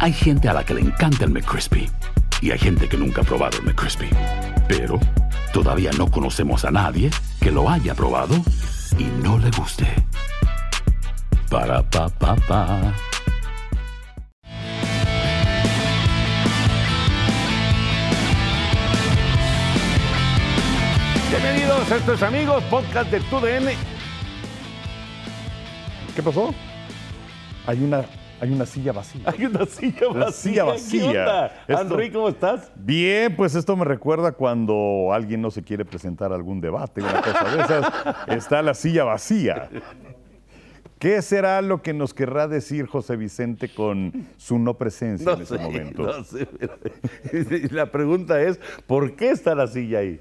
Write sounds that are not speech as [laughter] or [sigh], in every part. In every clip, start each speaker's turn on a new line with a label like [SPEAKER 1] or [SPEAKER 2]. [SPEAKER 1] Hay gente a la que le encanta el McCrispy y hay gente que nunca ha probado el McCrispy. Pero todavía no conocemos a nadie que lo haya probado y no le guste. Para pa pa pa.
[SPEAKER 2] Bienvenidos a estos amigos, podcast de TUDN. ¿Qué pasó?
[SPEAKER 3] Hay una, hay una silla vacía.
[SPEAKER 2] Hay una silla vacía.
[SPEAKER 3] La silla vacía.
[SPEAKER 2] ¿Qué onda?
[SPEAKER 3] Esto-
[SPEAKER 2] André, ¿cómo estás?
[SPEAKER 3] Bien, pues esto me recuerda cuando alguien no se quiere presentar a algún debate, una cosa de esas. [laughs] Está la silla vacía. ¿Qué será lo que nos querrá decir José Vicente con su no presencia en este momento?
[SPEAKER 2] no sé, mira. [laughs] Y La pregunta es, ¿por qué está la silla ahí?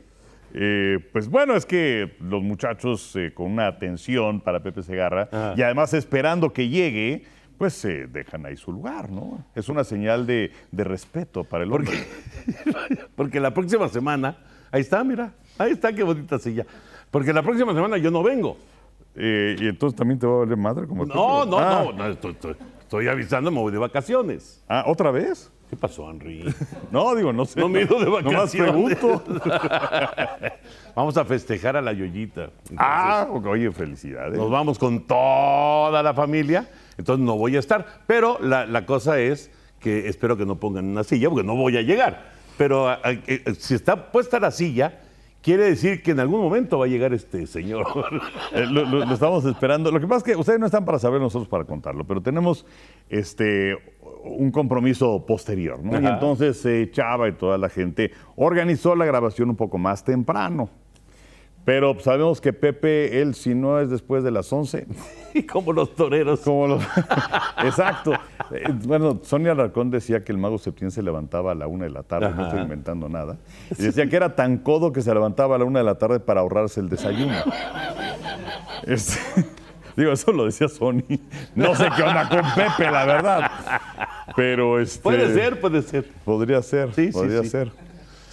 [SPEAKER 3] Eh, pues bueno, es que los muchachos eh, con una atención para Pepe Segarra
[SPEAKER 2] Ajá.
[SPEAKER 3] y además esperando que llegue, pues se dejan ahí su lugar, ¿no? Es una señal de, de respeto para el hombre.
[SPEAKER 2] Porque la próxima semana, ahí está, mira, ahí está, qué bonita silla. Porque la próxima semana yo no vengo.
[SPEAKER 3] Eh, y entonces también te va a valer madre como a
[SPEAKER 2] No,
[SPEAKER 3] Pepe?
[SPEAKER 2] no,
[SPEAKER 3] Ah,
[SPEAKER 2] no, no, estoy, estoy- estoy avisando, me voy de vacaciones.
[SPEAKER 3] Ah, ¿otra vez?
[SPEAKER 2] ¿Qué pasó, Henry?
[SPEAKER 3] No, digo, no sé.
[SPEAKER 2] No me he ido de
[SPEAKER 3] Nomás
[SPEAKER 2] vacaciones. [laughs]
[SPEAKER 3] pregunto.
[SPEAKER 2] Vamos a festejar a la Yoyita.
[SPEAKER 3] ah, oye, felicidades.
[SPEAKER 2] Nos vamos con toda la familia, entonces no voy a estar. Pero la, la cosa es que espero que no pongan una silla, porque no voy a llegar. Pero a- a- eh, si está puesta la silla, quiere decir que en algún momento va a llegar este señor. [laughs]
[SPEAKER 3] Eh, lo, lo- lo estamos esperando. Lo que pasa es que ustedes no están para saber, nosotros para contarlo, pero tenemos este un compromiso posterior, ¿no? Y
[SPEAKER 2] Ajá.
[SPEAKER 3] entonces eh, Chava y toda la gente organizó la grabación un poco más temprano. Pero pues, sabemos que Pepe, él si no es después de las 11,
[SPEAKER 2] Y como los toreros.
[SPEAKER 3] como los- [laughs] Exacto. Eh, Bueno, Sonia Alarcón decía que el mago Septién se levantaba a la una de la tarde, no estoy inventando nada. Y decía que era tan codo que se levantaba a la una de la tarde para ahorrarse el desayuno. Este, [laughs] digo, eso lo decía Sony. No sé qué onda con Pepe, la verdad. Pero este.
[SPEAKER 2] Puede ser, puede ser.
[SPEAKER 3] Podría ser.
[SPEAKER 2] Sí, sí,
[SPEAKER 3] podría
[SPEAKER 2] sí.
[SPEAKER 3] ser.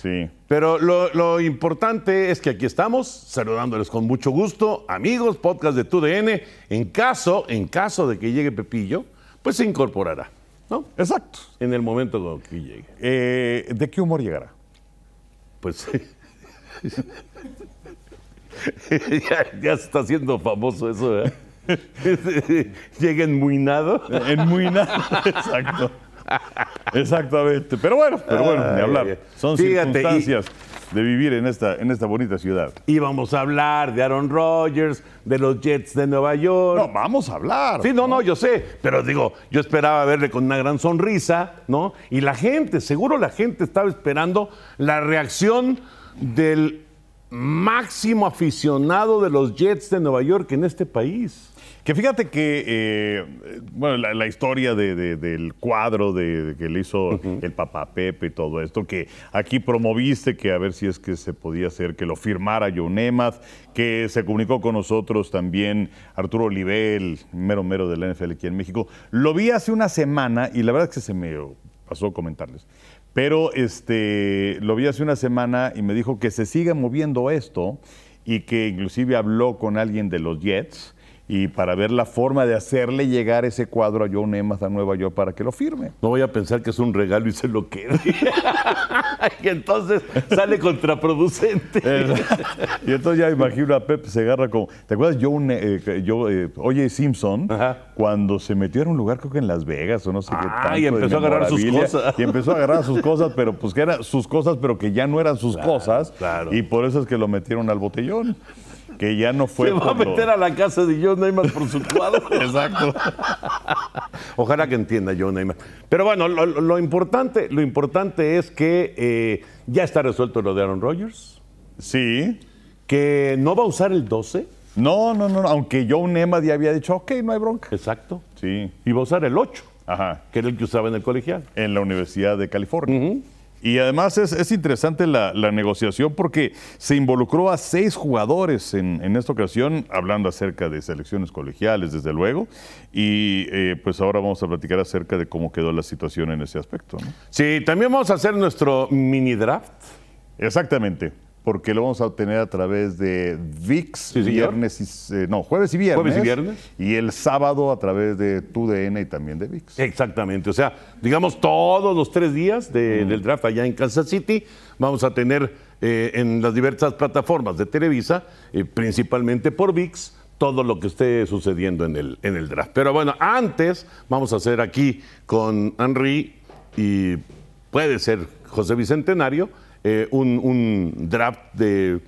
[SPEAKER 3] Sí.
[SPEAKER 2] Pero lo, lo importante es que aquí estamos, saludándoles con mucho gusto, amigos, podcast de TUDN. En caso, en caso de que llegue Pepillo, pues se incorporará, ¿no?
[SPEAKER 3] Exacto.
[SPEAKER 2] En el momento que llegue.
[SPEAKER 3] Eh, ¿De qué humor llegará?
[SPEAKER 2] Pues. [laughs] ya, ya se está haciendo famoso eso, ¿verdad? [laughs] Llega enmuinado.
[SPEAKER 3] En muy nada. [laughs] Exacto. Exactamente. Pero bueno, pero bueno, ni
[SPEAKER 2] Ay,
[SPEAKER 3] hablar.
[SPEAKER 2] ay, ay.
[SPEAKER 3] Son
[SPEAKER 2] Fíjate, y-
[SPEAKER 3] circunstancias de vivir en esta, en esta bonita ciudad.
[SPEAKER 2] Y vamos a hablar de Aaron Rodgers, de los Jets de Nueva York.
[SPEAKER 3] No, vamos a hablar.
[SPEAKER 2] Sí, no, no, yo sé, pero digo, yo esperaba verle con una gran sonrisa, ¿no? Y la gente, seguro la gente estaba esperando la reacción del máximo aficionado de los Jets de Nueva York en este país.
[SPEAKER 3] Que fíjate que, eh, bueno, la, la historia de- de- del cuadro de, de que le hizo el papá Pepe y todo esto, que aquí promoviste que a ver si es que se podía hacer que lo firmara John Nemath, que se comunicó con nosotros también Arturo Olivel, mero mero de la NFL aquí en México. Lo vi hace una semana y la verdad es que se me pasó comentarles. Pero este, lo vi hace una semana y me dijo que se sigue moviendo esto y que inclusive habló con alguien de los Jets y para ver la forma de hacerle llegar ese cuadro a John Emmas a Nueva York para que lo firme.
[SPEAKER 2] No voy a pensar que es un regalo y se lo quede. [laughs] y entonces sale contraproducente.
[SPEAKER 3] y entonces ya imagino a Pep se agarra como, ¿te acuerdas John, eh, que- yo, eh, Oye Simpson
[SPEAKER 2] Ajá.
[SPEAKER 3] cuando se metió en un lugar creo que en Las Vegas o no sé qué
[SPEAKER 2] Ah,
[SPEAKER 3] tanto
[SPEAKER 2] y
[SPEAKER 3] de
[SPEAKER 2] empezó a agarrar sus
[SPEAKER 3] memorabilia,
[SPEAKER 2] cosas.
[SPEAKER 3] Y empezó a agarrar sus cosas, pero pues que eran sus cosas, pero que ya no eran sus cosas.
[SPEAKER 2] claro.
[SPEAKER 3] Y por eso es que lo metieron al botellón, que ya no fue.
[SPEAKER 2] Se va a
[SPEAKER 3] cuando-
[SPEAKER 2] meter a la casa de John Neymar por su cuadro.
[SPEAKER 3] [laughs] Exacto.
[SPEAKER 2] [laughs] Ojalá que entienda John Neymar. Pero bueno, lo, lo- lo importante, lo importante es que eh, ya está resuelto lo de Aaron Rodgers,
[SPEAKER 3] Sí.
[SPEAKER 2] que no va a usar el 12,
[SPEAKER 3] No, no, no, no, aunque John Emmas ya había dicho, ok, no hay bronca.
[SPEAKER 2] exacto,
[SPEAKER 3] Sí,
[SPEAKER 2] y va a usar el 8,
[SPEAKER 3] ajá,
[SPEAKER 2] que era el que usaba en el colegial.
[SPEAKER 3] en la Universidad de California. Y además es, es interesante la, la negociación porque se involucró a seis jugadores en, en esta ocasión, hablando acerca de selecciones colegiales, desde luego, y eh, pues ahora vamos a platicar acerca de cómo quedó la situación en ese aspecto. ¿no?
[SPEAKER 2] Sí, también vamos a hacer nuestro mini draft.
[SPEAKER 3] Exactamente. porque lo vamos a obtener a través de VIX,
[SPEAKER 2] señor.
[SPEAKER 3] viernes y, eh, no, jueves y viernes.
[SPEAKER 2] Jueves y viernes.
[SPEAKER 3] Y el sábado a través de TUDN y también de VIX.
[SPEAKER 2] Exactamente, o sea, digamos todos los tres días de- del draft allá en Kansas City vamos a tener eh, en las diversas plataformas de Televisa, eh, principalmente por VIX, todo lo que esté sucediendo en el, en el draft. Pero bueno, antes vamos a hacer aquí con Henry y puede ser José Bicentenario eh, un, un draft de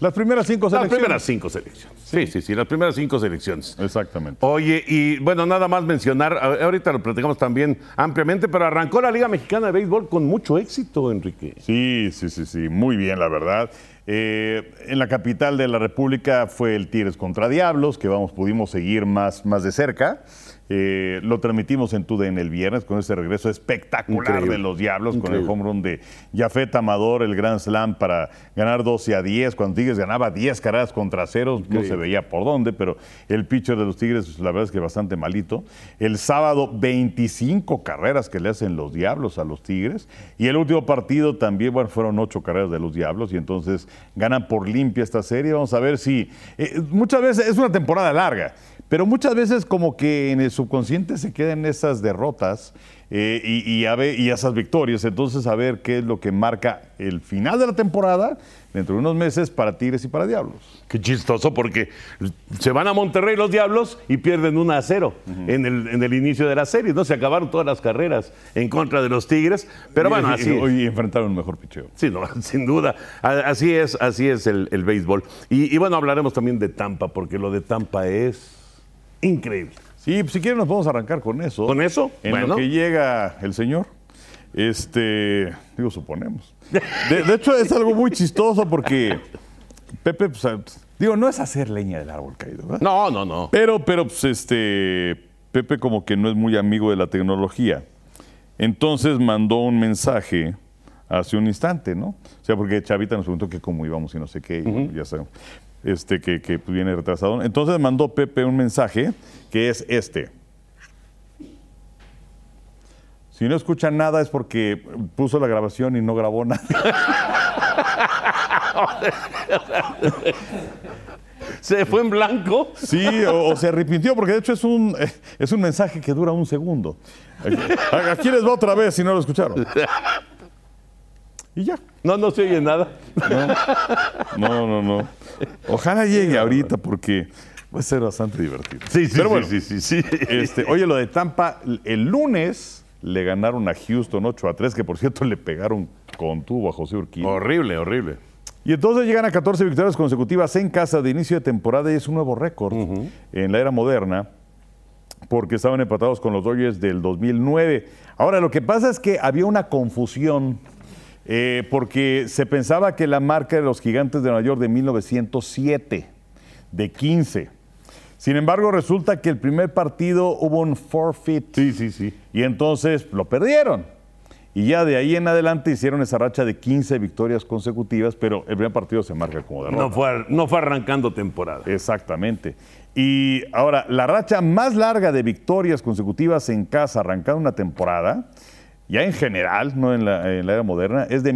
[SPEAKER 3] Las primeras cinco
[SPEAKER 2] las
[SPEAKER 3] selecciones.
[SPEAKER 2] primeras cinco selecciones. Sí, sí, sí, las primeras cinco selecciones.
[SPEAKER 3] Exactamente.
[SPEAKER 2] Oye, y bueno, nada más mencionar, a- ahorita lo platicamos también ampliamente, pero arrancó la Liga Mexicana de Béisbol con mucho éxito, Enrique.
[SPEAKER 3] Sí, sí, sí, sí, muy bien, la verdad. Eh, en la capital de la República fue el Tigres contra Diablos, que vamos, pudimos seguir más, más de cerca. Eh, lo transmitimos en TUDN el viernes con ese regreso espectacular
[SPEAKER 2] Increíble.
[SPEAKER 3] de los Diablos, con
[SPEAKER 2] Increíble.
[SPEAKER 3] el home run de Jafet Amador, el Grand Slam para ganar 12 a 10. Cuando Tigres ganaba 10 carreras contra ceros, no se veía por dónde, pero el pitcher de los Tigres, la verdad es que bastante malito. El sábado, 25 carreras que le hacen los Diablos a los Tigres. Y el último partido también, bueno, fueron 8 carreras de los Diablos. Y entonces ganan por limpia esta serie. Vamos a ver si. eh, muchas veces es una temporada larga. Pero muchas veces como que en el subconsciente se quedan esas derrotas eh, y, y a ver- y esas victorias. Entonces a ver qué es lo que marca el final de la temporada dentro de unos meses para Tigres y para Diablos.
[SPEAKER 2] Qué chistoso, porque se van a Monterrey los Diablos y pierden 1 a 0 en, el, en el inicio de la serie, ¿no? Se acabaron todas las carreras en contra de los Tigres, pero bueno,
[SPEAKER 3] Y- y-
[SPEAKER 2] así.
[SPEAKER 3] y Hoy enfrentaron un mejor picheo.
[SPEAKER 2] Sí, no, [laughs] sin duda. A- Así es, así es el, el béisbol. Y, y bueno, hablaremos también de Tampa, porque lo de Tampa es increíble.
[SPEAKER 3] Sí, pues, si quieren nos vamos a arrancar con eso.
[SPEAKER 2] ¿Con eso?
[SPEAKER 3] En
[SPEAKER 2] Bueno.
[SPEAKER 3] lo que llega el señor. Este, digo, suponemos. De, de hecho, es algo muy chistoso porque Pepe, pues, ah, digo, no es hacer leña del árbol caído, ¿verdad?
[SPEAKER 2] No, no, no.
[SPEAKER 3] Pero, pero, pues, este, Pepe como que no es muy amigo de la tecnología. Entonces mandó un mensaje hace un instante, ¿no? O sea, porque Chavita nos preguntó que cómo íbamos y no sé qué, y bueno, ya sabemos, este, que, que pues, viene retrasado. Entonces mandó Pepe un mensaje que es este. Si no escuchan nada es porque puso la grabación y no grabó nada.
[SPEAKER 2] Se fue en blanco.
[SPEAKER 3] Sí, o, o se arrepintió, porque de hecho es un, eh, es un mensaje que dura un segundo. Aquí, aquí les va otra vez si no lo escucharon. Y ya.
[SPEAKER 2] No, no se oye nada.
[SPEAKER 3] No, no, no. Ojalá llegue ahorita porque va a ser bastante divertido.
[SPEAKER 2] Sí, sí,
[SPEAKER 3] Pero
[SPEAKER 2] sí,
[SPEAKER 3] bueno,
[SPEAKER 2] sí, sí, sí.
[SPEAKER 3] Este, oye, lo de Tampa, l- el lunes le ganaron a Houston 8 a 3, que por cierto le pegaron con tubo a José Urquía.
[SPEAKER 2] Horrible, horrible.
[SPEAKER 3] Y entonces llegan a 14 victorias consecutivas en casa de inicio de temporada y es un nuevo récord en la era moderna porque estaban empatados con los Dodgers del 2009. Ahora, lo que pasa es que había una confusión eh, porque se pensaba que la marca de los gigantes de Nueva York de 1907, de 15. Sin embargo, resulta que el primer partido hubo un forfeit.
[SPEAKER 2] Sí, sí, sí.
[SPEAKER 3] Y entonces lo perdieron. Y ya de ahí en adelante hicieron esa racha de 15 victorias consecutivas, pero el primer partido se marca como derrota.
[SPEAKER 2] No fue, ar- no fue arrancando temporada.
[SPEAKER 3] Exactamente. Y ahora, la racha más larga de victorias consecutivas en casa, arrancando una temporada, ya en general, no en la, en la era moderna, es de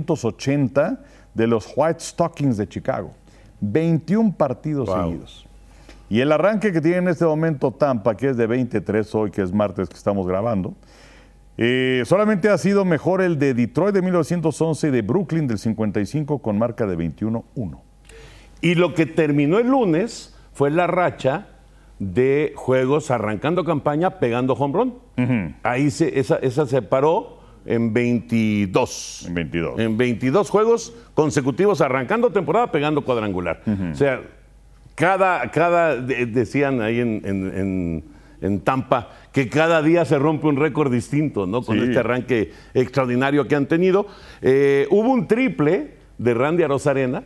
[SPEAKER 3] 1880 de los White Stockings de Chicago. 21 partidos
[SPEAKER 2] Wow.
[SPEAKER 3] seguidos. Y el arranque que tiene en este momento Tampa, que es de 23 hoy, que es martes que estamos grabando, eh, solamente ha sido mejor el de Detroit de 1911 y de Brooklyn del 55 con marca de 21-1.
[SPEAKER 2] Y lo que terminó el lunes fue la racha de juegos arrancando campaña, pegando home run. Ahí se, esa, esa se paró en 22.
[SPEAKER 3] En 22.
[SPEAKER 2] En 22 juegos consecutivos arrancando temporada, pegando cuadrangular. O sea, cada, cada de- decían ahí en, en- en- en Tampa que cada día se rompe un récord distinto, ¿no? Con
[SPEAKER 3] Sí.
[SPEAKER 2] este arranque extraordinario que han tenido. Eh, hubo un triple de Randy Arozarena,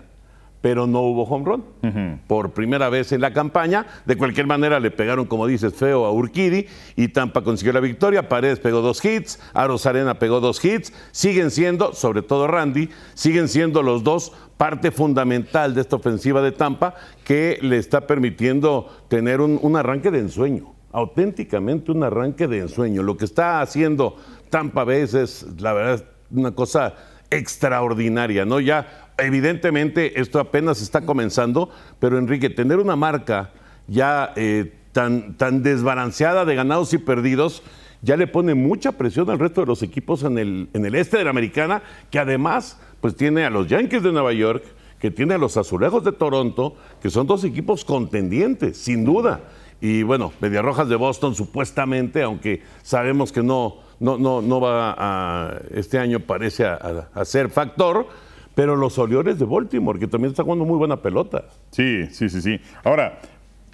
[SPEAKER 2] pero no hubo home run. Por primera vez en la campaña. De cualquier manera le pegaron, como dices, feo a Urquidi y Tampa consiguió la victoria. Paredes pegó dos hits, Arozarena pegó dos hits. Siguen siendo, sobre todo Randy, siguen siendo los dos parte fundamental de esta ofensiva de Tampa que le está permitiendo tener un, un arranque de ensueño. Auténticamente un arranque de ensueño. Lo que está haciendo Tampa Bay es, la verdad, una cosa extraordinaria, ¿no? Ya, evidentemente, esto apenas está comenzando, pero Enrique, tener una marca ya eh, tan, tan desbalanceada de ganados y perdidos, ya le pone mucha presión al resto de los equipos en el, en el este de la americana, que además, pues tiene a los Yankees de Nueva York, que tiene a los Azulejos de Toronto, que son dos equipos contendientes, sin duda. Y bueno, Mediarrojas de Boston supuestamente, aunque sabemos que no, no, no, no va a, este año parece a, a- a ser factor, pero los Orioles de Baltimore, que también está jugando muy buena pelota.
[SPEAKER 3] Sí, sí, sí, sí. Ahora,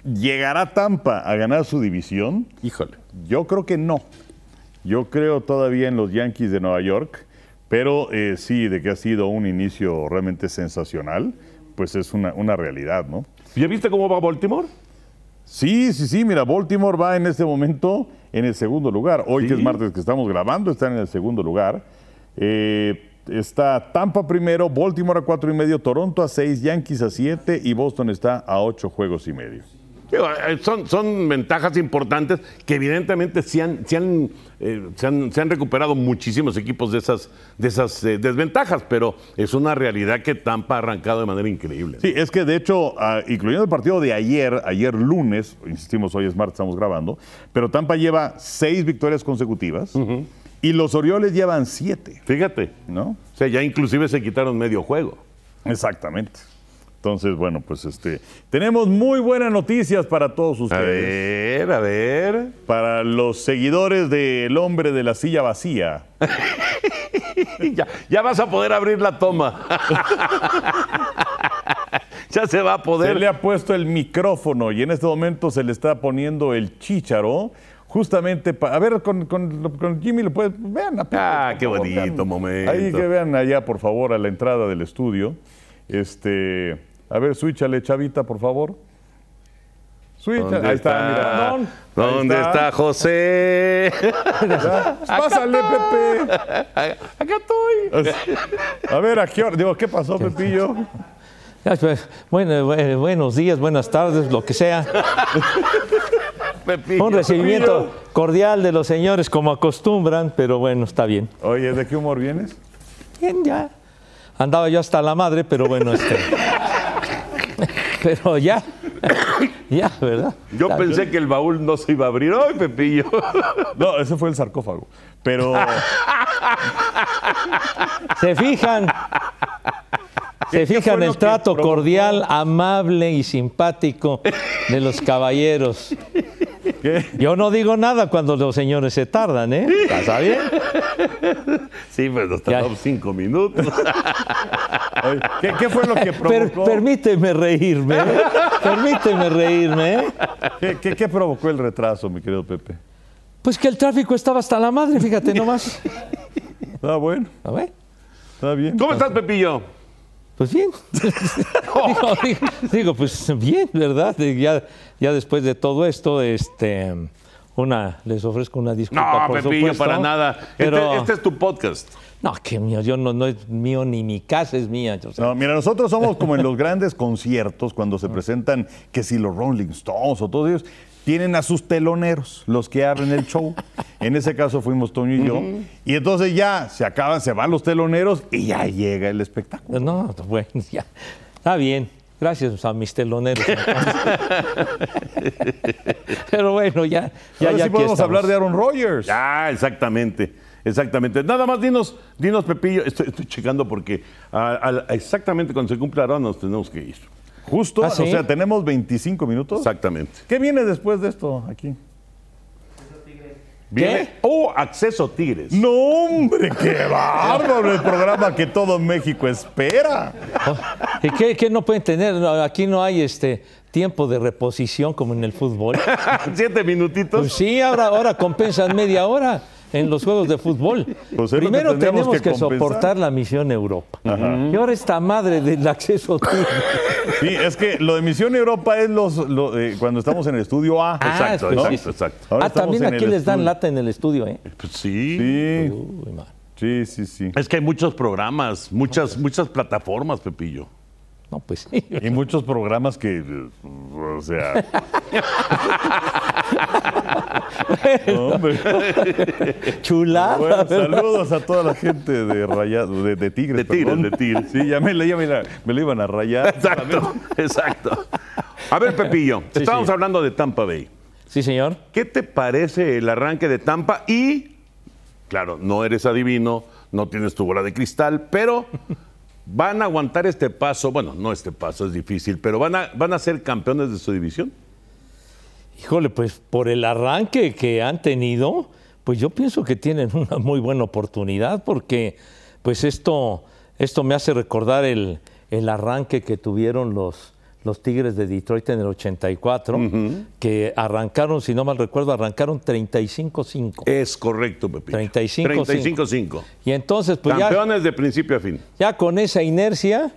[SPEAKER 3] ¿llegará Tampa a ganar su división?
[SPEAKER 2] Híjole.
[SPEAKER 3] Yo creo que no. Yo creo todavía en los Yankees de Nueva York, pero eh, sí, de que ha sido un inicio realmente sensacional, pues es una, una realidad, ¿no?
[SPEAKER 2] ¿Ya viste cómo va Baltimore?
[SPEAKER 3] Sí, sí, sí, mira, Baltimore va en este momento en el segundo lugar. Hoy que es
[SPEAKER 2] Sí.
[SPEAKER 3] martes que estamos grabando, está en el segundo lugar. Eh, está Tampa primero, Baltimore a cuatro y medio, Toronto a seis, Yankees a siete y Boston está a ocho juegos y medio.
[SPEAKER 2] Digo, eh, son, son ventajas importantes que evidentemente sí han- sí han, eh, se, han, se han recuperado muchísimos equipos de esas, de esas eh, desventajas, pero es una realidad que Tampa ha arrancado de manera increíble.
[SPEAKER 3] Sí, es que de hecho, ah, incluyendo el partido de ayer, ayer lunes, insistimos, hoy es martes, estamos grabando, pero Tampa lleva seis victorias consecutivas y los Orioles llevan siete,
[SPEAKER 2] Fíjate,
[SPEAKER 3] ¿no?
[SPEAKER 2] o sea, ya inclusive se quitaron medio juego.
[SPEAKER 3] Exactamente. Entonces, bueno, pues este, tenemos muy buenas noticias para todos
[SPEAKER 2] A
[SPEAKER 3] ustedes.
[SPEAKER 2] ver, a ver.
[SPEAKER 3] Para los seguidores del hombre de la silla vacía.
[SPEAKER 2] Ya, ya vas a poder abrir la toma. [laughs] ya se va a
[SPEAKER 3] Se
[SPEAKER 2] poder.
[SPEAKER 3] le ha puesto el micrófono y en este momento se le está poniendo el chícharo. Justamente para. A ver, con, con- con Jimmy le puedes. Vean,
[SPEAKER 2] Ah,
[SPEAKER 3] por
[SPEAKER 2] qué
[SPEAKER 3] favor,
[SPEAKER 2] bonito momento.
[SPEAKER 3] Ahí que vean allá, por favor, a la entrada del estudio. Este. A ver, switchale, chavita, por favor. Switchale. Ahí está, mira. Ahí
[SPEAKER 2] ¿Dónde está José? [laughs]
[SPEAKER 3] Ya. Pásale, Pepe.
[SPEAKER 2] Acá estoy.
[SPEAKER 3] A ver, ¿a qué hora? Digo, ¿qué pasó, Pepillo?
[SPEAKER 4] Ya, pues, Bueno, eh, buenos días, buenas tardes, lo que sea.
[SPEAKER 2] Pepillo.
[SPEAKER 4] Un recibimiento cordial de los señores como acostumbran, pero bueno, está bien.
[SPEAKER 3] Oye, ¿de qué humor vienes?
[SPEAKER 4] Bien, ya. Andaba yo hasta la madre, pero bueno, este. [laughs] pero ya. [coughs] ya, ¿verdad?
[SPEAKER 2] Yo
[SPEAKER 3] pues-
[SPEAKER 4] Está
[SPEAKER 2] pensé que el baúl no se iba a abrir. ¡Ay,
[SPEAKER 4] [laughs]
[SPEAKER 2] Pepillo!
[SPEAKER 3] No, ese fue el sarcófago.
[SPEAKER 2] [laughs]
[SPEAKER 3] Pero. [laughs]
[SPEAKER 4] Se fijan. Se fijan
[SPEAKER 3] fue lo
[SPEAKER 4] el
[SPEAKER 3] que
[SPEAKER 4] trato
[SPEAKER 3] provocó?
[SPEAKER 4] cordial, amable y simpático de los caballeros.
[SPEAKER 3] ¿Qué?
[SPEAKER 4] Yo no digo nada cuando los señores se tardan, ¿eh? ¿Está bien?
[SPEAKER 2] Sí, pero nos
[SPEAKER 4] Ya.
[SPEAKER 2] tardamos cinco minutos.
[SPEAKER 3] Oye, ¿qué, qué fue lo que
[SPEAKER 4] Per-
[SPEAKER 3] provocó?
[SPEAKER 4] permíteme reírme, ¿eh? [laughs] permíteme reírme. ¿eh?
[SPEAKER 3] ¿Qué, qué- qué provocó el retraso, mi querido Pepe?
[SPEAKER 4] Pues que el tráfico estaba hasta la madre, fíjate nomás.
[SPEAKER 3] Está bueno,
[SPEAKER 4] A ver,
[SPEAKER 3] está bien.
[SPEAKER 2] ¿Cómo estás, Pepillo?
[SPEAKER 4] pues [laughs] bien. digo, digo- digo, pues bien, ¿verdad? De- Ya, ya después de todo esto, este, una, les ofrezco una disculpa.
[SPEAKER 2] No,
[SPEAKER 4] por
[SPEAKER 2] Pepillo,
[SPEAKER 4] supuesto,
[SPEAKER 2] para nada.
[SPEAKER 4] Pero,
[SPEAKER 2] Este, este es tu podcast.
[SPEAKER 4] No, que mío, yo no, no es mío ni mi casa es mía. yo sé.
[SPEAKER 3] No, mira, nosotros somos como en los grandes conciertos cuando se presentan que si los Rolling Stones o todos ellos tienen a sus teloneros, los que abren el show. En ese caso fuimos Toño y yo. Y entonces ya se acaban, se van los teloneros y ya llega el espectáculo.
[SPEAKER 4] Pues No, [laughs] bueno, ya. Está bien. Gracias a mis teloneros. [laughs] Pero bueno, ya, ya,
[SPEAKER 3] Ahora
[SPEAKER 4] ya
[SPEAKER 3] sí
[SPEAKER 4] aquí
[SPEAKER 3] podemos hablar
[SPEAKER 4] estamos.
[SPEAKER 3] de Aaron Rodgers.
[SPEAKER 2] Ah, exactamente. Exactamente. Nada más dinos, dinos Pepillo, estoy, estoy checando porque a- a- a exactamente cuando se cumpla ahora nos tenemos que ir.
[SPEAKER 3] Justo,
[SPEAKER 4] ¿Ah, sí?
[SPEAKER 3] o sea, tenemos 25 minutos.
[SPEAKER 2] Exactamente.
[SPEAKER 3] ¿Qué viene después de esto aquí?
[SPEAKER 2] Viene- Oh, acceso Tigres.
[SPEAKER 3] No, hombre, qué bárbaro el programa que todo México espera.
[SPEAKER 4] [laughs] ¿Y qué, qué no pueden tener? No, Aquí no hay este tiempo de reposición como en
[SPEAKER 3] [laughs]
[SPEAKER 4] el fútbol.
[SPEAKER 2] [laughs] Siete minutitos.
[SPEAKER 4] Pues sí, ahora, ahora compensan media hora en los juegos de fútbol.
[SPEAKER 3] Pues es lo que
[SPEAKER 4] Primero
[SPEAKER 3] tendríamos que
[SPEAKER 4] tenemos que,
[SPEAKER 3] compensar.
[SPEAKER 4] soportar la misión Europa. Y ahora esta madre del acceso a
[SPEAKER 3] [laughs]
[SPEAKER 4] Tigres.
[SPEAKER 3] Sí, es que lo de Misión Europa es los, lo, eh, cuando estamos en el estudio A.
[SPEAKER 4] Ah,
[SPEAKER 2] Exacto,
[SPEAKER 4] pues
[SPEAKER 2] exacto, exacto.
[SPEAKER 3] Ahora
[SPEAKER 4] Ah,
[SPEAKER 3] estamos
[SPEAKER 4] también
[SPEAKER 3] en el
[SPEAKER 4] aquí les dan
[SPEAKER 3] estudio.
[SPEAKER 4] lata en el estudio, ¿eh?
[SPEAKER 2] Pues sí.
[SPEAKER 3] Sí,
[SPEAKER 4] Uy, man.
[SPEAKER 3] sí, sí, sí.
[SPEAKER 2] Es que hay muchos programas, muchas, muchas plataformas, Pepillo.
[SPEAKER 4] No, pues sí.
[SPEAKER 3] Y muchos programas que, eh, o
[SPEAKER 4] [laughs]
[SPEAKER 3] sea, hombre.
[SPEAKER 4] Chulada.
[SPEAKER 3] Bueno,
[SPEAKER 4] ¿verdad?
[SPEAKER 3] saludos a toda la gente de Rayado, de, de Tigres.
[SPEAKER 2] De Tigres,
[SPEAKER 3] perdón.
[SPEAKER 2] de Tigres.
[SPEAKER 3] Sí, ya me, la- ya me la- me lo iban a rayar.
[SPEAKER 2] [laughs] Exacto, exacto. A ver, Pepillo, estábamos
[SPEAKER 4] sí.
[SPEAKER 2] hablando de Tampa Bay.
[SPEAKER 4] Sí, señor.
[SPEAKER 2] ¿Qué te parece el arranque de Tampa? Y, claro, no eres adivino, no tienes tu bola de cristal, pero van a aguantar este paso. Bueno, no este paso, es difícil, pero van a, van a ser campeones de su división.
[SPEAKER 4] Híjole, pues por el arranque que han tenido, pues yo pienso que tienen una muy buena oportunidad porque pues esto, esto me hace recordar el, el arranque que tuvieron los, los Tigres de Detroit en el 84, que arrancaron, si no mal recuerdo, arrancaron 35-5.
[SPEAKER 2] Es correcto, Pepillo.
[SPEAKER 4] 35-5.
[SPEAKER 2] 35-5.
[SPEAKER 4] Y entonces, pues ya...
[SPEAKER 2] campeones de principio a fin.
[SPEAKER 4] Ya con esa inercia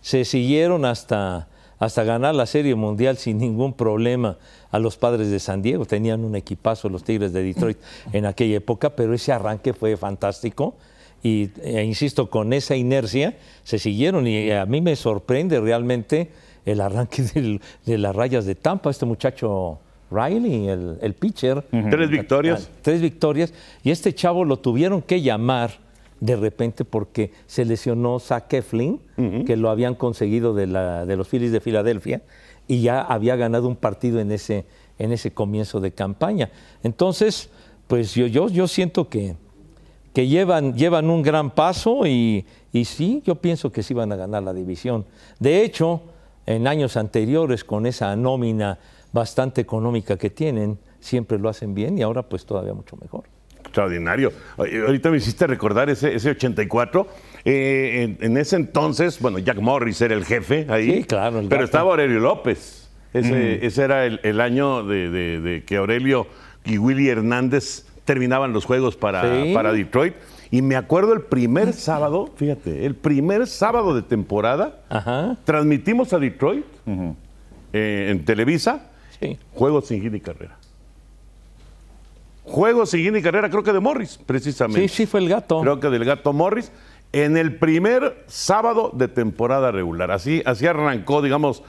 [SPEAKER 4] se siguieron hasta, hasta ganar la Serie Mundial sin ningún problema a los padres de San Diego. Tenían un equipazo los Tigres de Detroit en aquella época, pero ese arranque fue fantástico. Y, e insisto, con esa inercia se siguieron y eh, a mí me sorprende realmente el arranque [laughs] del- de las rayas de Tampa, este muchacho Riley, el, el pitcher.
[SPEAKER 2] Tres victorias.
[SPEAKER 4] Tres victorias. Y este chavo lo tuvieron que llamar de repente porque se lesionó Zach Eflin, que lo habían conseguido de, la- de los Phillies de Filadelfia, y ya había ganado un partido en ese, en ese comienzo de campaña. Entonces, pues yo, yo, yo siento que, que llevan, llevan un gran paso y, y sí, yo pienso que sí van a ganar la división. De hecho, en años anteriores, con esa nómina bastante económica que tienen, siempre lo hacen bien y ahora pues todavía mucho mejor.
[SPEAKER 2] Extraordinario. Ay, Ahorita me hiciste recordar ese, ese 84. Eh, en, en ese entonces, bueno, Jack Morris era el jefe ahí.
[SPEAKER 4] Sí, claro, el
[SPEAKER 2] pero
[SPEAKER 4] gato. Mm.
[SPEAKER 2] estaba Aurelio López. Ese, ese era el, el año de, de- de que Aurelio y Willy Hernández terminaban los juegos para,
[SPEAKER 4] Sí.
[SPEAKER 2] para Detroit. Y me acuerdo el primer sábado, fíjate, el primer sábado de temporada,
[SPEAKER 4] Ajá,
[SPEAKER 2] transmitimos a Detroit eh, en Televisa.
[SPEAKER 4] sí.
[SPEAKER 2] Juegos sin hit y carrera. Juegos sin hit y carrera, creo que de Morris, precisamente.
[SPEAKER 4] Sí, sí fue el gato.
[SPEAKER 2] Creo que del gato Morris. En el primer sábado de temporada regular. Así, así arrancó, digamos,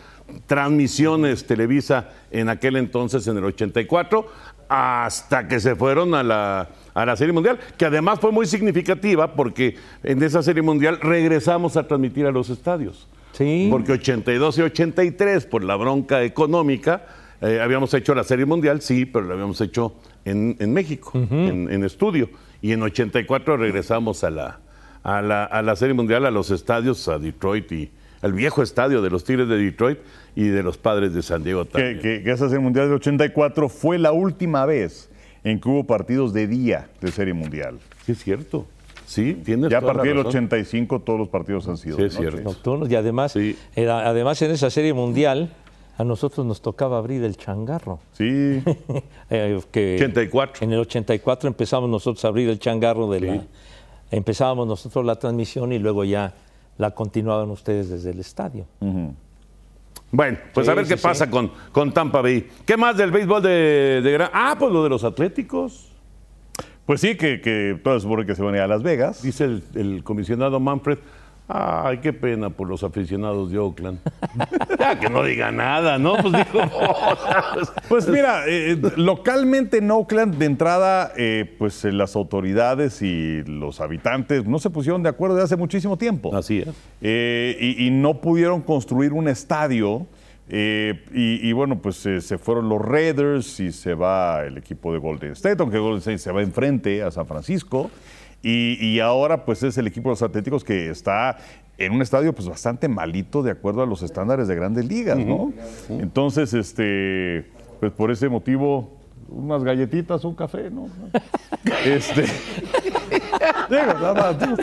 [SPEAKER 2] transmisiones Televisa en aquel entonces, en el 84, hasta que se fueron a la, a la Serie Mundial, que además fue muy significativa porque en esa Serie Mundial regresamos a transmitir a los estadios.
[SPEAKER 4] Sí.
[SPEAKER 2] Porque 82 y 83, por la bronca económica, eh, habíamos hecho la Serie Mundial, sí, pero la habíamos hecho en, en México, en, en estudio. Y en 84 regresamos a la, a, la, a la Serie Mundial, a los estadios, a Detroit y al viejo estadio de los Tigres de Detroit y de los Padres de San Diego también.
[SPEAKER 3] Que, que, que esa Serie Mundial del 84 fue la última vez en que hubo partidos de día de Serie Mundial.
[SPEAKER 2] Sí, es cierto. Sí, tienes
[SPEAKER 3] Ya
[SPEAKER 2] [laughs]
[SPEAKER 3] a
[SPEAKER 2] toda la
[SPEAKER 3] partir del
[SPEAKER 2] razón.
[SPEAKER 3] 85 todos los partidos han sido.
[SPEAKER 2] Sí,
[SPEAKER 3] de
[SPEAKER 2] es
[SPEAKER 3] noche.
[SPEAKER 2] cierto.
[SPEAKER 4] Nocturnos y además,
[SPEAKER 2] Sí.
[SPEAKER 4] era- además en esa serie mundial a nosotros nos tocaba abrir el changarro. [laughs]
[SPEAKER 2] [laughs]
[SPEAKER 3] Sí,
[SPEAKER 4] Eh, que
[SPEAKER 2] 84.
[SPEAKER 4] En el 84 empezamos nosotros a abrir el changarro de la... Empezábamos nosotros la transmisión y luego ya la continuaban ustedes desde el estadio.
[SPEAKER 2] Bueno, pues
[SPEAKER 4] Sí,
[SPEAKER 2] a ver
[SPEAKER 4] sí,
[SPEAKER 2] qué
[SPEAKER 4] sí.
[SPEAKER 2] pasa con, con Tampa Bay. ¿Qué más del béisbol de, de gran... Ah, pues lo de los Atléticos.
[SPEAKER 3] pues sí, que, que todos suponen que se van a ir a Las Vegas.
[SPEAKER 2] Dice el, el comisionado Manfred, "Ah, ay, qué pena por los aficionados de Oakland. [laughs] ya que no diga nada, ¿no? Pues dijo, [laughs] "Oh, ¿sabes?".
[SPEAKER 3] Pues mira, eh, localmente en Oakland, de entrada, eh, pues eh, las autoridades y los habitantes no se pusieron de acuerdo desde hace muchísimo tiempo.
[SPEAKER 2] así es.
[SPEAKER 3] Eh, y, y no pudieron construir un estadio. eh, y, y bueno, pues eh, se fueron los Raiders y se va el equipo de Golden State, aunque Golden State se va enfrente a San Francisco. Y, y ahora pues es el equipo de los Atléticos que está en un estadio pues bastante malito de acuerdo a los estándares de grandes ligas, ¿no? Entonces, este, pues por ese motivo, unas galletitas, un café, ¿no? [laughs] este, [laughs] digo, nada más, digo,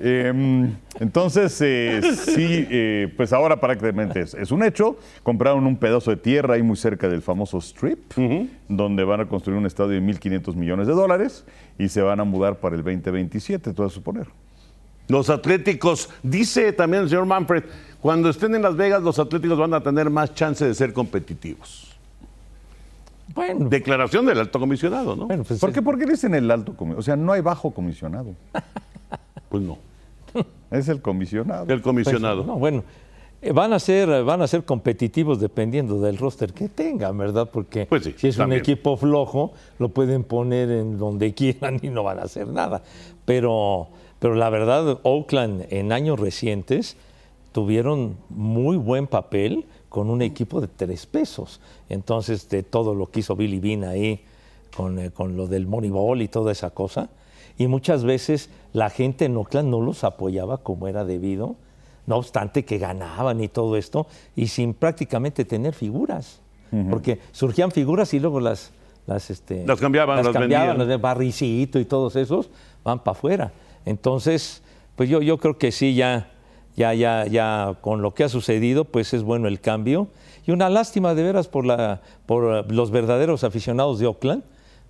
[SPEAKER 3] eh, entonces, eh, sí, eh, pues ahora prácticamente es, es un hecho. Compraron un pedazo de tierra ahí muy cerca del famoso Strip, donde van a construir un estadio de 1.500 millones de dólares y se van a mudar para el 2027, todo a suponer.
[SPEAKER 2] Los Atléticos, dice también el señor Manfred, cuando estén en Las Vegas, los Atléticos van a tener más chance de ser competitivos.
[SPEAKER 4] Bueno,
[SPEAKER 2] Declaración del alto comisionado, ¿no?
[SPEAKER 4] bueno, pues,
[SPEAKER 3] ¿Por qué? ¿Por qué dicen el alto comisionado? O sea, no hay
[SPEAKER 2] [laughs]
[SPEAKER 3] bajo comisionado.
[SPEAKER 2] Pues no.
[SPEAKER 3] Es el comisionado.
[SPEAKER 2] El comisionado.
[SPEAKER 4] Pues No, bueno, eh, van a ser, van a ser competitivos dependiendo del roster que tengan, ¿verdad? Porque
[SPEAKER 2] Pues sí,
[SPEAKER 4] si es
[SPEAKER 2] también.
[SPEAKER 4] un equipo flojo, lo pueden poner en donde [laughs] quieran y no van a hacer nada. Pero, pero la verdad, Oakland en años recientes tuvieron muy buen papel con un equipo de tres pesos. Entonces, de todo lo que hizo Billy Bean ahí con, eh, con lo del Moneyball y toda esa cosa. Y muchas veces la gente en Oakland no los apoyaba como era debido, no obstante que ganaban y todo esto, y sin prácticamente tener figuras. Porque surgían figuras y luego las... Las, este,
[SPEAKER 2] Las cambiaban, las vendían.
[SPEAKER 4] las de Barricito y todos esos van para afuera. Entonces, pues yo, yo creo que sí, ya, ya, ya, ya con lo que ha sucedido, pues es bueno el cambio. Y una lástima de veras por, la, por eh, los verdaderos aficionados de Oakland,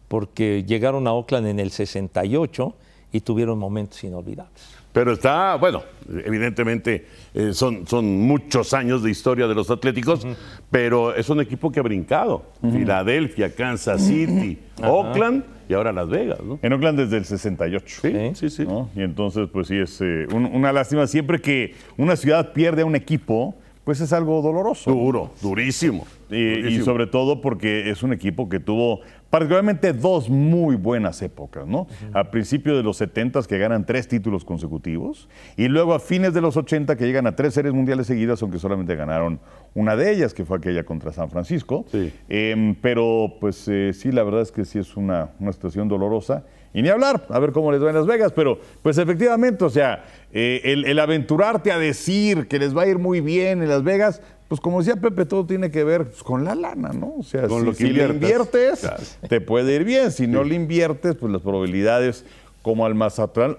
[SPEAKER 4] porque llegaron a Oakland en el 68 y tuvieron momentos inolvidables.
[SPEAKER 2] Pero está, bueno, evidentemente eh, son, son muchos años de historia de los Atléticos, pero es un equipo que ha brincado. Filadelfia, Kansas City, Oakland y ahora Las Vegas, ¿no?
[SPEAKER 3] En Oakland desde el 68.
[SPEAKER 2] Sí, sí, sí.
[SPEAKER 3] ¿no? Y entonces, pues sí, es eh, un- una lástima. Siempre que una ciudad pierde a un equipo, pues es algo doloroso.
[SPEAKER 2] Duro, durísimo.
[SPEAKER 3] Y- Y,
[SPEAKER 2] durísimo.
[SPEAKER 3] sobre todo porque es un equipo que tuvo particularmente dos muy buenas épocas, ¿no? A principios de los 70 que ganan tres títulos consecutivos y luego a fines de los 80 que llegan a tres series mundiales seguidas, aunque solamente ganaron una de ellas, que fue aquella contra San Francisco.
[SPEAKER 2] Sí.
[SPEAKER 3] Em, pero pues eh, sí, la verdad es que sí es una, una situación dolorosa. Y ni hablar, a ver cómo les va en Las Vegas, pero pues efectivamente, o sea, eh, el, el aventurarte a decir que les va a ir muy bien en Las Vegas, pues como decía Pepe, todo tiene que ver pues, con la lana, ¿no? O sea,
[SPEAKER 2] Con
[SPEAKER 3] si,
[SPEAKER 2] lo que
[SPEAKER 3] si le
[SPEAKER 2] inviertas.
[SPEAKER 3] inviertes,
[SPEAKER 2] Claro.
[SPEAKER 3] te puede ir bien. Si no le inviertes, pues las probabilidades, como al Mazatlán,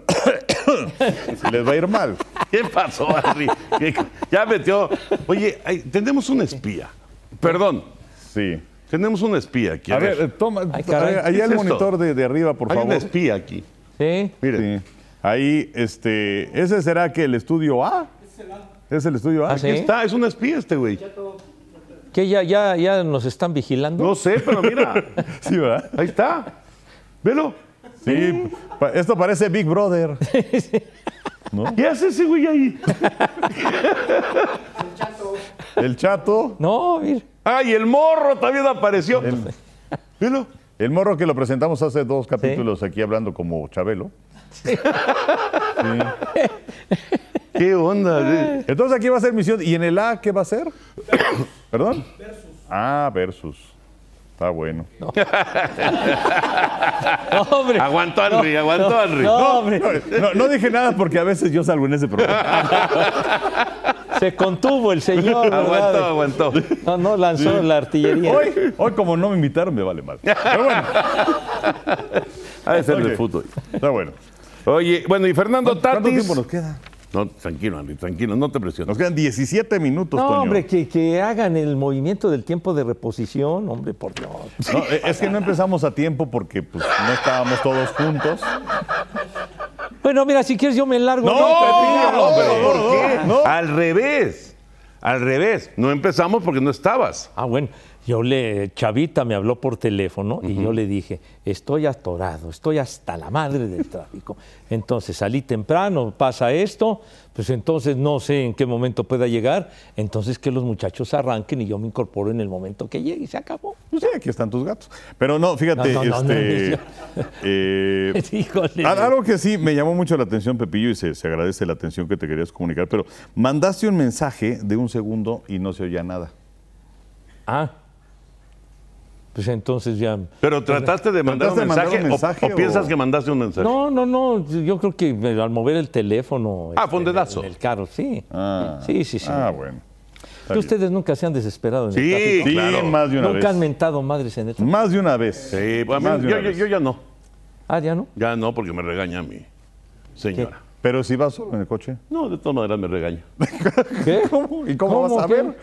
[SPEAKER 3] [coughs] les va a ir mal.
[SPEAKER 2] ¿Qué pasó, Henry? ¿Qué- Ya metió. Oye, ay, tenemos un espía. Perdón,
[SPEAKER 3] Sí.
[SPEAKER 2] tenemos un espía aquí.
[SPEAKER 3] A ver, eh, toma,
[SPEAKER 4] Ay, caray.
[SPEAKER 3] ahí
[SPEAKER 2] ¿Qué es
[SPEAKER 3] el
[SPEAKER 2] esto?
[SPEAKER 3] monitor de, de arriba, por
[SPEAKER 2] hay un
[SPEAKER 3] favor. ¿Eh?
[SPEAKER 2] espía aquí.
[SPEAKER 4] ¿Sí?
[SPEAKER 2] Miren.
[SPEAKER 3] Sí. Ahí, este, ¿ese será que el estudio A? Es el estudio A.
[SPEAKER 4] Ah, sí.
[SPEAKER 2] Aquí está, es un espía este güey.
[SPEAKER 4] ¿Que ya, ya, ya nos están vigilando?
[SPEAKER 2] No sé, pero
[SPEAKER 3] [laughs]
[SPEAKER 2] mira,
[SPEAKER 3] [laughs] Sí, ¿verdad?
[SPEAKER 2] ahí está. Velo.
[SPEAKER 3] Sí. pa- Esto parece Big [laughs] Brother.
[SPEAKER 2] ¿Qué hace ese güey ahí?
[SPEAKER 3] El chato,
[SPEAKER 4] No, mira.
[SPEAKER 2] ¡Ay, el morro también apareció! Velo.
[SPEAKER 3] el morro que lo presentamos hace dos capítulos aquí hablando como Chabelo.
[SPEAKER 2] ¿Qué onda? güey?
[SPEAKER 3] Entonces aquí va a ser misión. ¿Y en el A qué va a ser? [coughs] ¿Perdón? Versus. Ah, versus. Está bueno.
[SPEAKER 4] No, hombre.
[SPEAKER 3] Ah,
[SPEAKER 2] Aguantó Henry, aguantó Henry.
[SPEAKER 4] No, hombre.
[SPEAKER 3] No, no dije nada porque a veces yo salgo en ese programa.
[SPEAKER 4] Se contuvo el señor.
[SPEAKER 2] aguantó,
[SPEAKER 4] ¿verdad?
[SPEAKER 3] [laughs]
[SPEAKER 2] aguantó.
[SPEAKER 4] No, no lanzó la artillería.
[SPEAKER 3] Hoy, hoy como no me invitaron, me vale
[SPEAKER 4] [laughs]
[SPEAKER 3] mal. Pero bueno,
[SPEAKER 2] Ha de ser de
[SPEAKER 3] Ok.
[SPEAKER 2] fútbol.
[SPEAKER 3] está bueno.
[SPEAKER 2] Oye, bueno, y Fernando
[SPEAKER 3] ¿Cuánto
[SPEAKER 2] Tatis.
[SPEAKER 3] tiempo nos queda?
[SPEAKER 2] No, tranquilo, Henry, tranquilo, no te
[SPEAKER 3] Nos
[SPEAKER 2] presiones.
[SPEAKER 3] quedan 17 minutos,
[SPEAKER 4] No,
[SPEAKER 3] Toño.
[SPEAKER 4] hombre, que, que hagan el movimiento del tiempo de reposición, hombre, por Dios.
[SPEAKER 3] No, eh, es que no empezamos a tiempo porque pues, no estábamos todos juntos.
[SPEAKER 4] Bueno, mira, si quieres yo me largo.
[SPEAKER 2] Pepillo,
[SPEAKER 3] no,
[SPEAKER 2] hombre,
[SPEAKER 3] no,
[SPEAKER 2] ¿por
[SPEAKER 3] no,
[SPEAKER 2] qué?
[SPEAKER 3] no.
[SPEAKER 2] Al revés. Al revés. No empezamos porque no estabas.
[SPEAKER 4] Ah, bueno, yo le, Chavita me habló por teléfono y yo le dije, estoy atorado, estoy hasta la madre del tráfico. Entonces salí temprano, pasa esto, pues entonces no sé en qué momento pueda llegar, entonces que los muchachos arranquen y yo me incorporo en el momento que llegue y se acabó. [laughs]
[SPEAKER 3] Pues sí, aquí están tus gatos. Pero no, fíjate,
[SPEAKER 4] No, no, no,
[SPEAKER 3] este.
[SPEAKER 4] no, [laughs]
[SPEAKER 3] eh,
[SPEAKER 2] Ah,
[SPEAKER 4] Híjole.
[SPEAKER 3] al- algo que sí me llamó mucho la atención, Pepillo, y se, se agradece la atención que te querías comunicar, pero mandaste un mensaje de un segundo y no se oía nada.
[SPEAKER 4] Ah, pues entonces ya...
[SPEAKER 2] Pero trataste de mandar un
[SPEAKER 3] ¿Trataste de mandar
[SPEAKER 2] mensaje,
[SPEAKER 3] un
[SPEAKER 2] o-
[SPEAKER 3] mensaje
[SPEAKER 2] o,
[SPEAKER 3] o-
[SPEAKER 2] piensas que mandaste un mensaje.
[SPEAKER 4] No, no, no. Yo creo que me- al mover el teléfono.
[SPEAKER 2] Ah, fue un
[SPEAKER 4] este,
[SPEAKER 2] dedazo.
[SPEAKER 4] En el carro, sí.
[SPEAKER 3] Ah.
[SPEAKER 4] sí, sí, sí.
[SPEAKER 3] Ah, bueno.
[SPEAKER 4] Que ustedes nunca se han desesperado en
[SPEAKER 2] Sí,
[SPEAKER 4] el tráfico.
[SPEAKER 3] Sí,
[SPEAKER 2] Claro.
[SPEAKER 3] más de una
[SPEAKER 4] Nunca han
[SPEAKER 3] vez.
[SPEAKER 4] mentado madres en el tráfico.
[SPEAKER 3] Más de una vez.
[SPEAKER 2] Sí, pues, a mí-
[SPEAKER 3] Más de
[SPEAKER 2] yo,
[SPEAKER 3] una
[SPEAKER 2] yo-
[SPEAKER 3] vez.
[SPEAKER 2] yo ya no.
[SPEAKER 4] Ah, ya no.
[SPEAKER 2] Ya no, porque me regaña mi señora.
[SPEAKER 3] Pero si vas solo en
[SPEAKER 2] [laughs]
[SPEAKER 3] el coche.
[SPEAKER 2] No, de todas maneras me regaña.
[SPEAKER 4] ¿Qué?
[SPEAKER 3] ¿Cómo? ¿Y cómo, vas a
[SPEAKER 4] qué?
[SPEAKER 3] ver?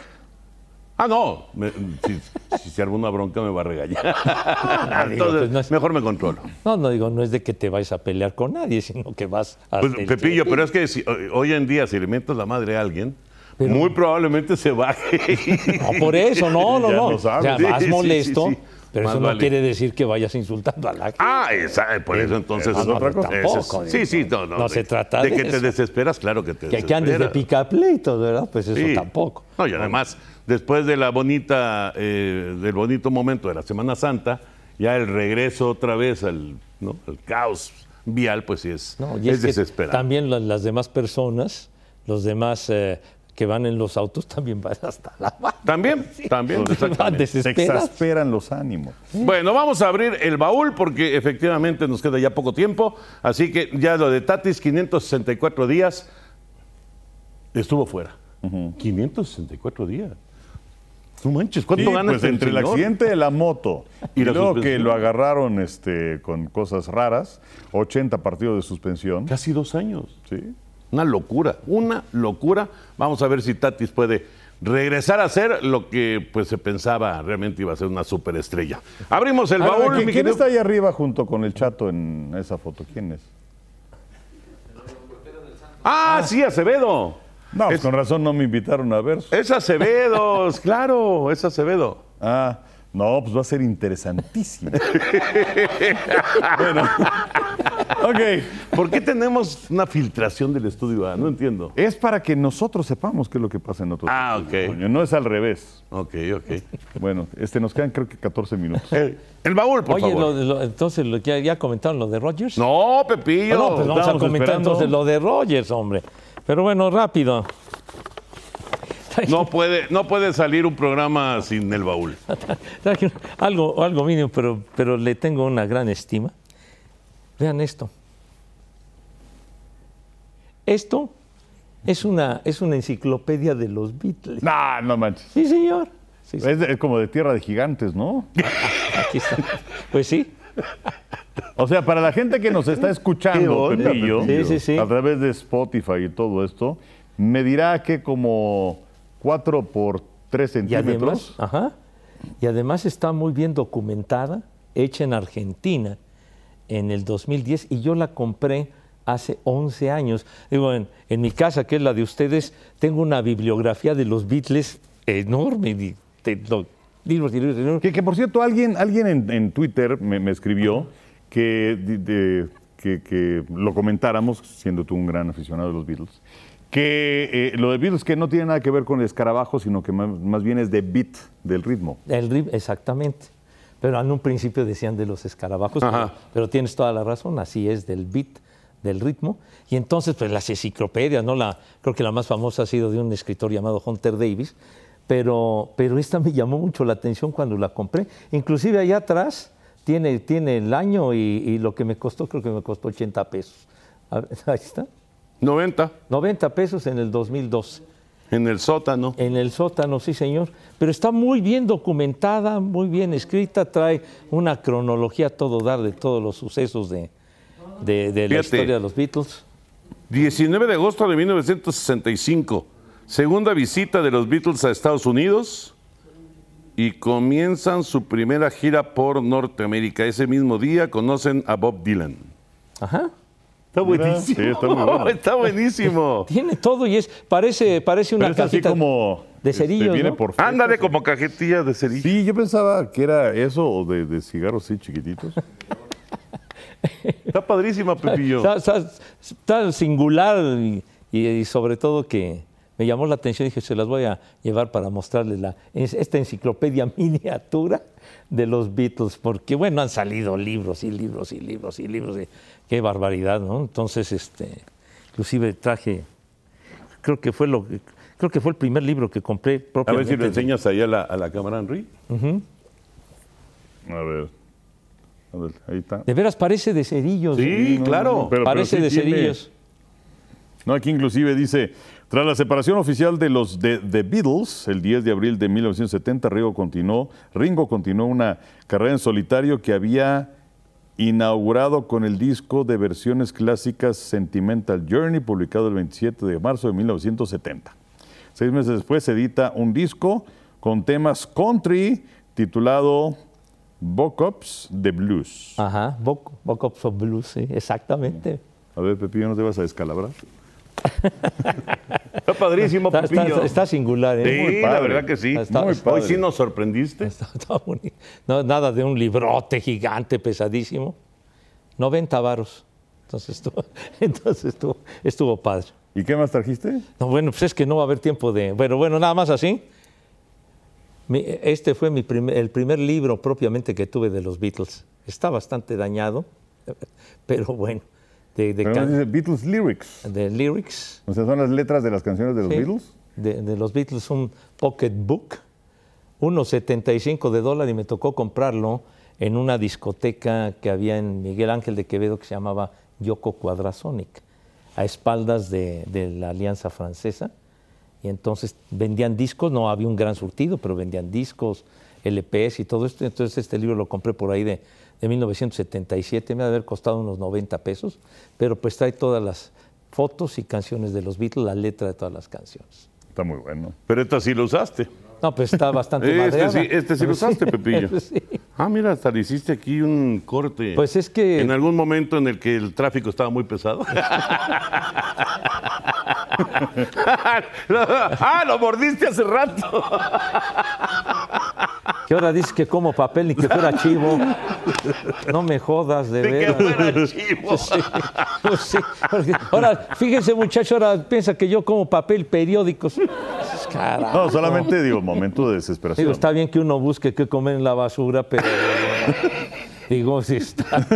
[SPEAKER 2] Ah, no. me- si, si se arma una bronca me va a
[SPEAKER 4] [laughs]
[SPEAKER 2] regañar. Entonces,
[SPEAKER 4] pues no es-
[SPEAKER 2] mejor me controlo.
[SPEAKER 4] No, no digo, no es de que te vayas a pelear con nadie, sino que vas a.
[SPEAKER 2] Pues, Pepillo, pero es que si- ho- hoy en día si le mientas la madre a alguien, muy probablemente se baje.
[SPEAKER 4] [laughs]
[SPEAKER 2] pues,
[SPEAKER 4] No, por eso, no, no,
[SPEAKER 3] Ya
[SPEAKER 4] no.
[SPEAKER 2] [laughs]
[SPEAKER 3] lo
[SPEAKER 4] O sea,
[SPEAKER 3] sabes.
[SPEAKER 4] vas
[SPEAKER 2] Sí, sí,
[SPEAKER 4] molesto,
[SPEAKER 2] sí, sí.
[SPEAKER 4] Pero
[SPEAKER 2] Más
[SPEAKER 4] eso no
[SPEAKER 2] vale.
[SPEAKER 4] quiere decir que vayas insultando a la
[SPEAKER 2] Ah, esa, eh, por eso entonces
[SPEAKER 4] Ah,
[SPEAKER 2] es
[SPEAKER 4] no,
[SPEAKER 2] otra
[SPEAKER 4] pero
[SPEAKER 2] cosa.
[SPEAKER 4] tampoco,
[SPEAKER 2] Ese es- sí, sí, no, no.
[SPEAKER 4] no
[SPEAKER 2] de-
[SPEAKER 4] se trata
[SPEAKER 2] que
[SPEAKER 4] de
[SPEAKER 2] te
[SPEAKER 4] eso.
[SPEAKER 2] desesperas, claro que te
[SPEAKER 4] Que,
[SPEAKER 2] desesperas.
[SPEAKER 4] que andes de picapleitos, ¿verdad? Pues eso
[SPEAKER 2] pues, Sí.
[SPEAKER 4] tampoco.
[SPEAKER 2] No, y además, después de la bonita, eh, del bonito momento de la Semana Santa, ya el regreso otra vez al, ¿no? al caos vial, pues sí es,
[SPEAKER 4] No, y
[SPEAKER 2] es,
[SPEAKER 4] que
[SPEAKER 2] desesperante.
[SPEAKER 4] También la- las, demás personas, los demás eh, que van en los autos [laughs] también van hasta la madre.
[SPEAKER 2] También,
[SPEAKER 4] [laughs]
[SPEAKER 2] también,
[SPEAKER 4] Van
[SPEAKER 2] exactamente.
[SPEAKER 3] Se
[SPEAKER 4] desesperadas.
[SPEAKER 3] exasperan los ánimos.
[SPEAKER 2] Bueno, vamos a abrir el baúl porque efectivamente nos queda ya poco tiempo. Así que ya lo de Tatis, 564 días, estuvo fuera. 564 días. No manches, ¿cuánto
[SPEAKER 3] Sí,
[SPEAKER 2] gana
[SPEAKER 3] pues
[SPEAKER 2] este
[SPEAKER 3] entre el
[SPEAKER 2] señor?
[SPEAKER 3] accidente de la moto
[SPEAKER 2] [laughs] Y
[SPEAKER 3] y,
[SPEAKER 2] la
[SPEAKER 3] luego
[SPEAKER 2] suspensión.
[SPEAKER 3] que lo agarraron este, con cosas raras, 80 partidos de suspensión.
[SPEAKER 2] Casi dos años.
[SPEAKER 3] Sí.
[SPEAKER 2] Una locura, una locura. Vamos a ver si Tatis puede regresar a ser lo que pues se pensaba realmente iba a ser una superestrella. Abrimos el
[SPEAKER 3] Ahora,
[SPEAKER 2] baúl.
[SPEAKER 3] Ah, ¿quién-
[SPEAKER 2] mi
[SPEAKER 3] ¿Quién
[SPEAKER 2] querido-
[SPEAKER 3] está ahí arriba junto con el chato en esa foto? ¿Quién es?
[SPEAKER 2] Ah, sí, Acevedo.
[SPEAKER 3] No, pues
[SPEAKER 2] Es-
[SPEAKER 3] con razón no me invitaron a ver.
[SPEAKER 2] Es
[SPEAKER 3] [laughs]
[SPEAKER 2] Acevedo, claro, es Acevedo.
[SPEAKER 3] Ah, no, pues va a ser
[SPEAKER 2] [laughs]
[SPEAKER 3] interesantísimo. bueno. [laughs] Ok.
[SPEAKER 2] ¿Por qué tenemos una filtración del estudio A? No entiendo.
[SPEAKER 3] Es para que nosotros sepamos qué es lo que pasa en otro
[SPEAKER 2] Ah, ok.
[SPEAKER 3] No es al revés.
[SPEAKER 2] Ok, ok.
[SPEAKER 3] Bueno, este, nos quedan creo que 14 minutos.
[SPEAKER 4] Eh.
[SPEAKER 2] El, el baúl, por
[SPEAKER 4] Oye,
[SPEAKER 2] favor.
[SPEAKER 4] lo de- lo- entonces lo, ya, ya comentaron lo de Rogers.
[SPEAKER 2] No, Pepillo.
[SPEAKER 4] no, pues vamos a
[SPEAKER 3] estábamos
[SPEAKER 4] comentar
[SPEAKER 3] esperando.
[SPEAKER 4] entonces lo de Rogers, hombre. Pero bueno, rápido.
[SPEAKER 2] No puede, no puede salir un programa sin el baúl.
[SPEAKER 4] [laughs] Traje un- algo, algo mínimo, pero, pero le tengo una gran estima. Vean esto. Esto es una, es una enciclopedia de los Beatles.
[SPEAKER 3] No, no manches.
[SPEAKER 4] Sí, señor. Sí, sí,
[SPEAKER 3] Es, de- es como de tierra de gigantes, ¿no?
[SPEAKER 4] aquí está. Pues sí.
[SPEAKER 3] O sea, para la gente que nos está escuchando,
[SPEAKER 2] onda,
[SPEAKER 3] Pepillo,
[SPEAKER 4] Pepillo. Sí, sí, sí.
[SPEAKER 3] a través de Spotify y todo esto, me dirá que como 4 por 3
[SPEAKER 4] Y además,
[SPEAKER 3] centímetros.
[SPEAKER 4] ajá, y además está muy bien documentada, hecha en Argentina en el 2010 y yo la compré hace 11 años. Digo, en, en mi casa, que es la de ustedes, tengo una bibliografía de los Beatles enorme, di- de los libros y libros y libros.
[SPEAKER 3] Que, que, por cierto, alguien, alguien en, en Twitter me, me escribió que, di- de- que, que lo comentáramos, siendo tú un gran aficionado de los Beatles, que eh, lo de Beatles que no tiene nada que ver con el escarabajo, sino que más, más bien es de beat, del ritmo.
[SPEAKER 4] El ri- exactamente. Pero en un principio decían de los escarabajos, pero,
[SPEAKER 2] Ajá.
[SPEAKER 4] pero tienes toda la razón, así es, del beat, del ritmo. Y entonces, pues las enciclopedias, ¿no? La, creo que la más famosa ha sido de un escritor llamado Hunter Davis, pero, pero esta me llamó mucho la atención cuando la compré. Inclusive allá atrás tiene, tiene el año y, y lo que me costó, creo que me costó 80 pesos. A ver, [laughs] ahí está.
[SPEAKER 2] 90
[SPEAKER 4] 90 pesos en el 2012.
[SPEAKER 2] en el sótano.
[SPEAKER 4] En el sótano, sí, señor. Pero está muy bien documentada, muy bien escrita, trae una cronología a todo dar de todos los sucesos de, de- de la
[SPEAKER 2] Fíjate.
[SPEAKER 4] historia de los Beatles.
[SPEAKER 2] 19 de agosto de 1965. Segunda visita de los Beatles a Estados Unidos. Y comienzan su primera gira por Norteamérica. Ese mismo día conocen a Bob Dylan.
[SPEAKER 4] Ajá.
[SPEAKER 2] Está
[SPEAKER 3] buenísimo. Sí, está muy
[SPEAKER 4] [laughs]
[SPEAKER 2] [laughs]
[SPEAKER 3] bueno.
[SPEAKER 2] Está buenísimo.
[SPEAKER 4] Tiene todo y es, parece, parece una
[SPEAKER 3] Pero es así
[SPEAKER 4] cajita
[SPEAKER 3] como...
[SPEAKER 4] de
[SPEAKER 3] este,
[SPEAKER 4] cerillos,
[SPEAKER 3] viene
[SPEAKER 4] ¿no?
[SPEAKER 3] por fechas,
[SPEAKER 2] Ándale como cajetilla de cerillo.
[SPEAKER 3] Sí, yo pensaba que era eso o de, de cigarros así
[SPEAKER 2] [laughs]
[SPEAKER 3] chiquititos.
[SPEAKER 2] Está padrísima, Pepillo.
[SPEAKER 4] Está, está- está singular y, y- y sobre todo que me llamó la atención y dije, se las voy a llevar para mostrarles la, es- esta enciclopedia [laughs] miniatura de los Beatles, porque bueno, han salido libros y libros y libros y libros. y- qué barbaridad, ¿no? Entonces, este, inclusive traje, creo que fue lo que- Creo que fue el primer libro que
[SPEAKER 2] A
[SPEAKER 4] compré
[SPEAKER 2] ver
[SPEAKER 4] propiamente.
[SPEAKER 2] si lo enseñas ahí a la, a la cámara, Henry.
[SPEAKER 3] A ver. A ver, ahí está.
[SPEAKER 4] De veras parece de cerillos.
[SPEAKER 2] Sí,
[SPEAKER 4] ¿no?
[SPEAKER 2] claro.
[SPEAKER 3] pero-
[SPEAKER 4] parece
[SPEAKER 3] sí
[SPEAKER 4] de
[SPEAKER 3] tiene-
[SPEAKER 4] cerillos.
[SPEAKER 3] No, aquí inclusive dice, tras la separación oficial de los The The Beatles, el 10 de abril de 1970, Ringo continuó, Ringo continuó una carrera en solitario que había inaugurado con el disco de versiones clásicas Sentimental Journey, publicado el 27 de marzo de 1970. Seis meses después se edita un disco con temas country titulado Bockups de Blues.
[SPEAKER 4] Ah. Ajá, Book, Book of Blues, sí, exactamente.
[SPEAKER 3] A ver, Pepillo, ¿no te vas a descalabrar?
[SPEAKER 2] Está padrísimo,
[SPEAKER 4] Está, está-
[SPEAKER 2] Pepillo.
[SPEAKER 4] está singular, ¿eh?
[SPEAKER 2] Oh, Sí, la
[SPEAKER 3] padre.
[SPEAKER 2] verdad que sí.
[SPEAKER 4] Está- Muy
[SPEAKER 2] Hoy
[SPEAKER 3] padre.
[SPEAKER 2] sí nos sorprendiste.
[SPEAKER 4] [laughs] Está- está boni- no, nada de un librote gigante, pesadísimo. 90 varos. Entonces, estuvo, [laughs] entonces estuvo, estuvo padre.
[SPEAKER 3] ¿Y qué más trajiste?
[SPEAKER 4] No, bueno, pues es que no va a haber tiempo de... Bueno, bueno, nada más así. Mi- este fue mi primer- el primer libro propiamente que tuve de los Beatles. Está bastante dañado, [laughs] pero bueno, de, de
[SPEAKER 3] Pero
[SPEAKER 4] can-
[SPEAKER 3] no dice Beatles Lyrics.
[SPEAKER 4] de lyrics.
[SPEAKER 3] O sea, son las letras de las canciones de los
[SPEAKER 4] Sí,
[SPEAKER 3] Beatles.
[SPEAKER 4] De, de los Beatles, un pocket book, 1.75 de dólar y me tocó comprarlo en una discoteca que había en Miguel Ángel de Quevedo que se llamaba Yoko Quadrasonic, a espaldas de, de la Alianza Francesa. Y entonces vendían discos, no había un gran surtido, pero vendían discos, LPs y todo esto. Entonces este libro lo compré por ahí de, de 1977, me ha de haber costado unos 90 pesos, pero pues trae todas las fotos y canciones de los Beatles, la letra de todas las canciones.
[SPEAKER 3] Está muy bueno.
[SPEAKER 2] Pero esta sí lo usaste.
[SPEAKER 4] No, pues está bastante
[SPEAKER 2] Este
[SPEAKER 4] madreada.
[SPEAKER 2] sí, este sí lo usaste, Pepillo.
[SPEAKER 4] Pues [laughs] sí.
[SPEAKER 2] Ah, mira, hasta le hiciste aquí un corte.
[SPEAKER 4] Pues es que-
[SPEAKER 2] En algún momento en el que el tráfico estaba muy
[SPEAKER 4] [laughs]
[SPEAKER 2] pesado. [laughs] ah, lo mordiste hace rato.
[SPEAKER 4] Que ahora dices que como papel ni que fuera chivo. No me jodas, de
[SPEAKER 2] De que
[SPEAKER 4] veras. [laughs]
[SPEAKER 2] fuera chivo.
[SPEAKER 4] Pues sí, porque ahora, fíjense muchacho, ahora piensa que yo como papel periódicos. Carajo.
[SPEAKER 3] No, solamente digo, momento de desesperación.
[SPEAKER 4] Digo, está bien que uno busque qué comer en la basura, pero [laughs] digo, si está, [laughs]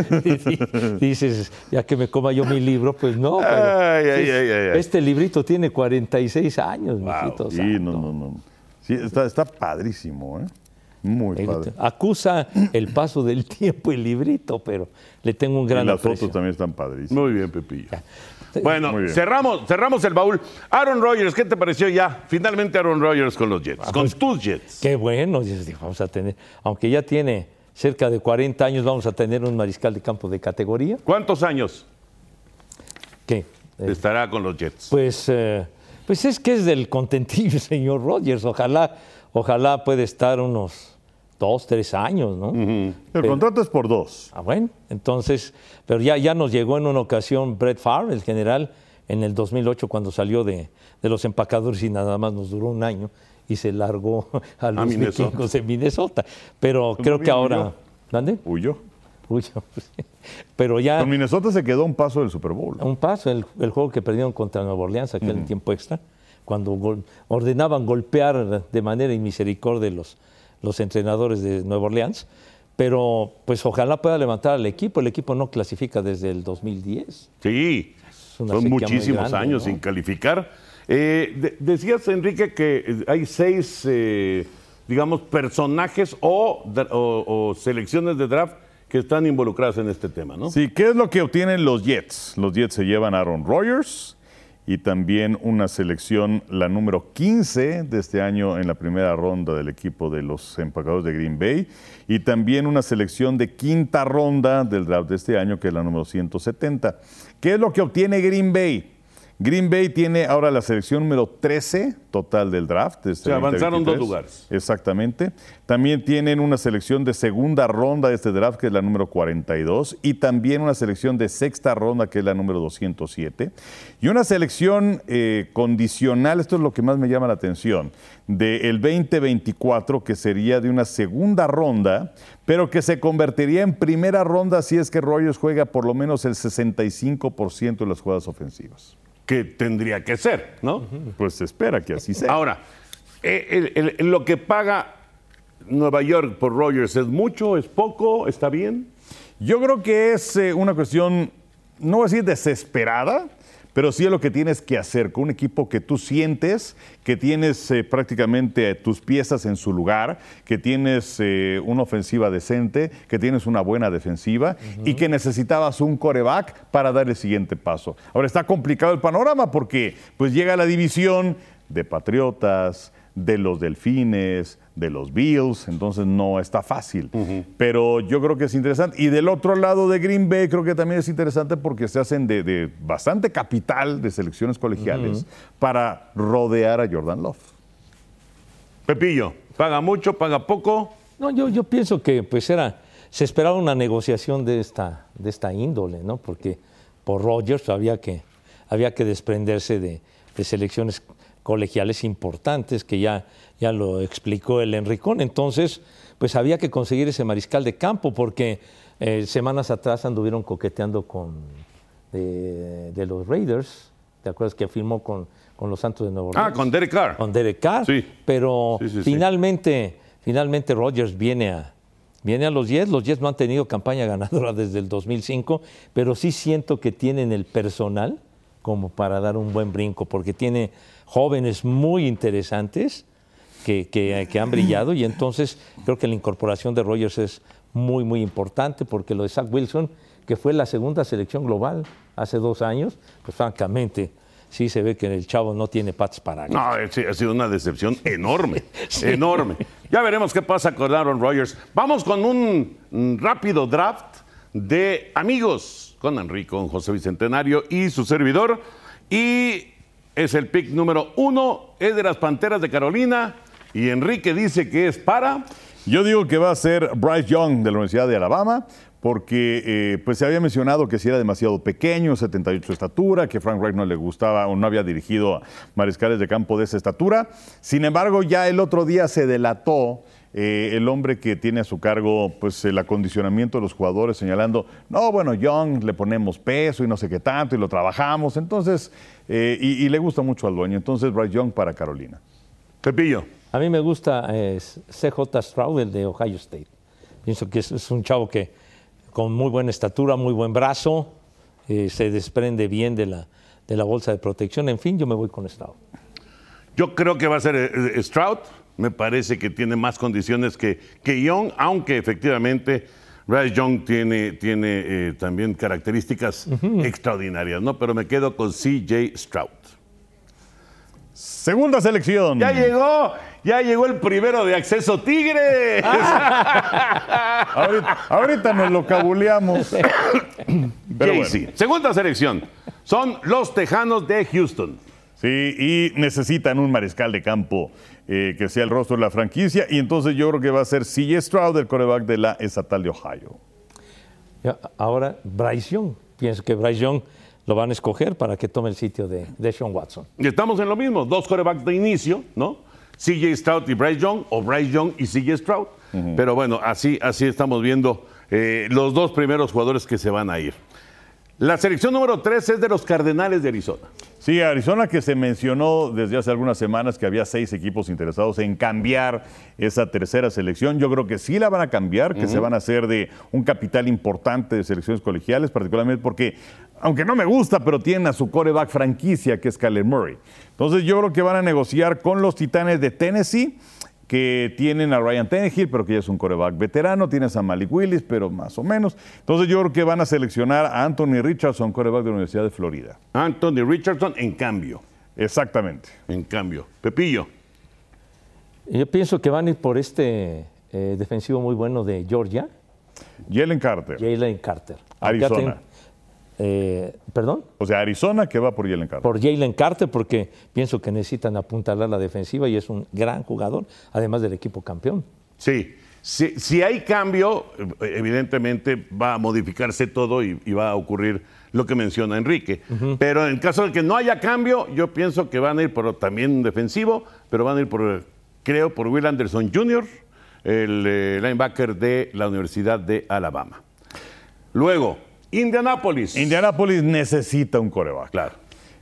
[SPEAKER 4] dices, ya que me coma yo mi libro, pues no. pero
[SPEAKER 2] Ay, ay, ay, ay, ay.
[SPEAKER 4] Este librito tiene 46 años, mijito
[SPEAKER 3] sí,
[SPEAKER 4] santo.
[SPEAKER 3] no, no, no. Sí, está, está padrísimo, ¿eh? Muy padre.
[SPEAKER 4] Acusa el paso del [laughs] tiempo el librito, pero le tengo un
[SPEAKER 3] Y
[SPEAKER 4] gran
[SPEAKER 3] las
[SPEAKER 4] aprecio.
[SPEAKER 3] fotos también están padrísimas.
[SPEAKER 2] Muy bien, Pepillo. Bueno,
[SPEAKER 3] Muy bien.
[SPEAKER 2] cerramos, cerramos el baúl. Aaron Rodgers, ¿qué te pareció ya? Finalmente Aaron Rodgers con los Jets, con tus Jets.
[SPEAKER 4] Qué bueno, yo dije, vamos a tener, aunque ya tiene cerca de 40 años, vamos a tener un mariscal de campo de categoría.
[SPEAKER 2] ¿Cuántos años
[SPEAKER 4] que eh,
[SPEAKER 2] estará con los Jets?
[SPEAKER 4] Pues, eh, pues es que es del contentillo, [laughs] señor Rogers. Ojalá, ojalá puede estar unos dos, tres años, ¿no?
[SPEAKER 3] El contrato es por dos.
[SPEAKER 4] Ah, bueno, entonces, pero ya, ya nos llegó en una ocasión Brett Favre, el general, en el 2008 cuando salió de, de los empacadores y nada más nos duró un año y se largó [laughs] a los
[SPEAKER 2] Minnesota.
[SPEAKER 4] vikingos de Minnesota. Pero creo que
[SPEAKER 3] bien,
[SPEAKER 4] ahora...
[SPEAKER 3] huyó.
[SPEAKER 4] ¿Dónde?
[SPEAKER 3] Huyó.
[SPEAKER 4] Uy, [laughs] pero ya...
[SPEAKER 3] Con Minnesota se quedó a un paso del Super Bowl.
[SPEAKER 4] A un paso, el, el juego que perdieron contra Nueva Orleans, aquel tiempo extra, cuando gol- ordenaban golpear de manera inmisericordia los, los entrenadores de Nueva Orleans. Pero pues ojalá pueda levantar al equipo. El equipo no clasifica desde el 2010.
[SPEAKER 2] Sí, son
[SPEAKER 4] una sequía muy
[SPEAKER 2] muchísimos
[SPEAKER 4] grande,
[SPEAKER 2] años
[SPEAKER 4] ¿no?
[SPEAKER 2] sin calificar. Eh, de- decías, Enrique, que eh, hay seis, eh, digamos, personajes o, dra- o- o selecciones de draft que están involucradas en este tema, ¿no?
[SPEAKER 3] Sí, ¿qué es lo que obtienen los Jets? Los Jets se llevan a Aaron Rodgers y también una selección, la número 15 de este año en la primera ronda del equipo de los empacadores de Green Bay y también una selección de quinta ronda del draft de este año que es la número 170. ¿Qué es lo que obtiene Green Bay? Green Bay tiene ahora la selección número 13 total del draft. de este
[SPEAKER 2] O sea, avanzaron dos
[SPEAKER 3] 2023.
[SPEAKER 2] lugares.
[SPEAKER 3] Exactamente. También tienen una selección de segunda ronda de este draft, que es la número 42, y también una selección de sexta ronda, que es la número 207. Y una selección eh, condicional, esto es lo que más me llama la atención, del 2024, que sería de una segunda ronda, pero que se convertiría en primera ronda si es que Rogers juega por lo menos el 65% de las jugadas ofensivas.
[SPEAKER 2] Que tendría que ser, ¿no?
[SPEAKER 3] Pues se espera que así sea.
[SPEAKER 2] Ahora, eh, el- el- lo que paga Nueva York por Rogers es mucho, es poco, está bien.
[SPEAKER 3] Yo creo que es eh, una cuestión, no voy a decir desesperada, pero sí es lo que tienes que hacer con un equipo que tú sientes, que tienes eh, prácticamente tus piezas en su lugar, que tienes eh, una ofensiva decente, que tienes una buena defensiva y que necesitabas un coreback para dar el siguiente paso. Ahora está complicado el panorama porque pues llega la división de Patriotas, de los Delfines, de los Bills, entonces no está fácil. Pero yo creo que es interesante. Y del otro lado de Green Bay creo que también es interesante porque se hacen de, de bastante capital de selecciones colegiales para rodear a Jordan Love.
[SPEAKER 2] Pepillo, paga mucho, paga poco.
[SPEAKER 4] No, yo, yo pienso que pues era, se esperaba una negociación de esta, de esta índole, ¿no? Porque por Rogers había que, había que desprenderse de, de selecciones colegiales importantes, que ya, ya lo explicó el Enricón. Entonces, pues había que conseguir ese mariscal de campo, porque eh, semanas atrás anduvieron coqueteando con de, de los Raiders. ¿Te acuerdas que firmó con, con los Santos de Nueva Orleans?
[SPEAKER 2] Ah, con Derek Carr.
[SPEAKER 4] con Derek Carr.
[SPEAKER 2] Sí.
[SPEAKER 4] Pero
[SPEAKER 2] Sí, sí, sí.
[SPEAKER 4] finalmente, finalmente Rodgers viene a, viene a los Jets. Los Jets no han tenido campaña ganadora desde el 2005, pero sí siento que tienen el personal como para dar un buen brinco, porque tiene jóvenes muy interesantes que, que- que han brillado y entonces creo que la incorporación de Rodgers es muy, muy importante porque lo de Zach Wilson, que fue la segunda selección global hace dos años, pues francamente sí se ve que el chavo no tiene patas para ganar.
[SPEAKER 2] No, eh, sí, ha sido una decepción enorme, enorme. Ya veremos qué pasa con Aaron Rodgers. Vamos con un mm, rápido draft de amigos con Enrico, con José Bicentenario y su servidor. Y es el pick número uno, es de las Panteras de Carolina. Y Enrique dice que es para...
[SPEAKER 3] Yo digo que va a ser Bryce Young de la Universidad de Alabama, porque eh, pues se había mencionado que si era demasiado pequeño, 78 de estatura, que Frank Reich no le gustaba o no había dirigido a mariscales de campo de esa estatura. Sin embargo, ya el otro día se delató eh, el hombre que tiene a su cargo pues el acondicionamiento de los jugadores, señalando, no, bueno, Young le ponemos peso y no sé qué tanto y lo trabajamos, entonces, eh, y, y le gusta mucho al dueño. Entonces, Bryce Young para Carolina.
[SPEAKER 2] Pepillo.
[SPEAKER 4] A mí me gusta eh, CJ Stroud, el de Ohio State. Pienso que es, es un chavo que con muy buena estatura, muy buen brazo, eh, se desprende bien de la, de la bolsa de protección. En fin, yo me voy con Stroud.
[SPEAKER 2] Yo creo que va a ser eh, eh, Stroud. Me parece que tiene más condiciones que, que Young, aunque efectivamente Bryce Young tiene, tiene eh, también características extraordinarias, ¿no? Pero me quedo con CJ Stroud.
[SPEAKER 3] Segunda selección.
[SPEAKER 2] ¡Ya llegó! ¡Ya llegó el primero de acceso Tigres! [laughs]
[SPEAKER 3] Ahorita, ahorita nos lo cabuleamos. Pero bueno.
[SPEAKER 2] Jaycee. Segunda selección. Son los Tejanos de Houston.
[SPEAKER 3] Sí, y necesitan un mariscal de campo eh, que sea el rostro de la franquicia. Y entonces yo creo que va a ser CJ Stroud, el coreback de la estatal de Ohio.
[SPEAKER 4] Ya, ahora, Bryce Young. Pienso que Bryce Young lo van a escoger para que tome el sitio de, de Sean Watson.
[SPEAKER 2] Y estamos en lo mismo, dos corebacks de inicio, ¿no? CJ Stroud y Bryce Young, o Bryce Young y CJ Stroud. Pero bueno, así, así estamos viendo eh, los dos primeros jugadores que se van a ir. La selección número 3 es de los Cardenales de Arizona.
[SPEAKER 3] Sí, Arizona que se mencionó desde hace algunas semanas que había seis equipos interesados en cambiar esa tercera selección. Yo creo que sí la van a cambiar, que se van a hacer de un capital importante de selecciones colegiales, particularmente porque, aunque no me gusta, pero tienen a su coreback franquicia, que es Kyler Murray. Entonces yo creo que van a negociar con los Titanes de Tennessee que tienen a Ryan Tannehill, pero que ya es un coreback veterano, tienes a Malik Willis, pero más o menos. Entonces yo creo que van a seleccionar a Anthony Richardson, coreback de la Universidad de Florida.
[SPEAKER 2] Anthony Richardson, en cambio.
[SPEAKER 3] Exactamente.
[SPEAKER 2] En cambio. Pepillo.
[SPEAKER 4] Y Yo pienso que van a ir por este eh, defensivo muy bueno de Georgia,
[SPEAKER 3] Jalen Carter.
[SPEAKER 4] Jalen Carter.
[SPEAKER 3] Arizona.
[SPEAKER 4] Aunque ya ten- eh, ¿Perdón?
[SPEAKER 3] O sea, Arizona que va por Jalen Carter.
[SPEAKER 4] por Jalen Carter porque pienso que necesitan apuntalar la defensiva y es un gran jugador, además del equipo campeón.
[SPEAKER 2] Sí. Si, si hay cambio, evidentemente va a modificarse todo y, y va a ocurrir lo que menciona Enrique. Pero en caso de que no haya cambio, yo pienso que van a ir por también un defensivo, pero van a ir por, creo, por Will Anderson Jr., el eh, linebacker de la Universidad de Alabama. Luego, Indianapolis.
[SPEAKER 3] Indianapolis necesita un coreback.
[SPEAKER 2] Claro.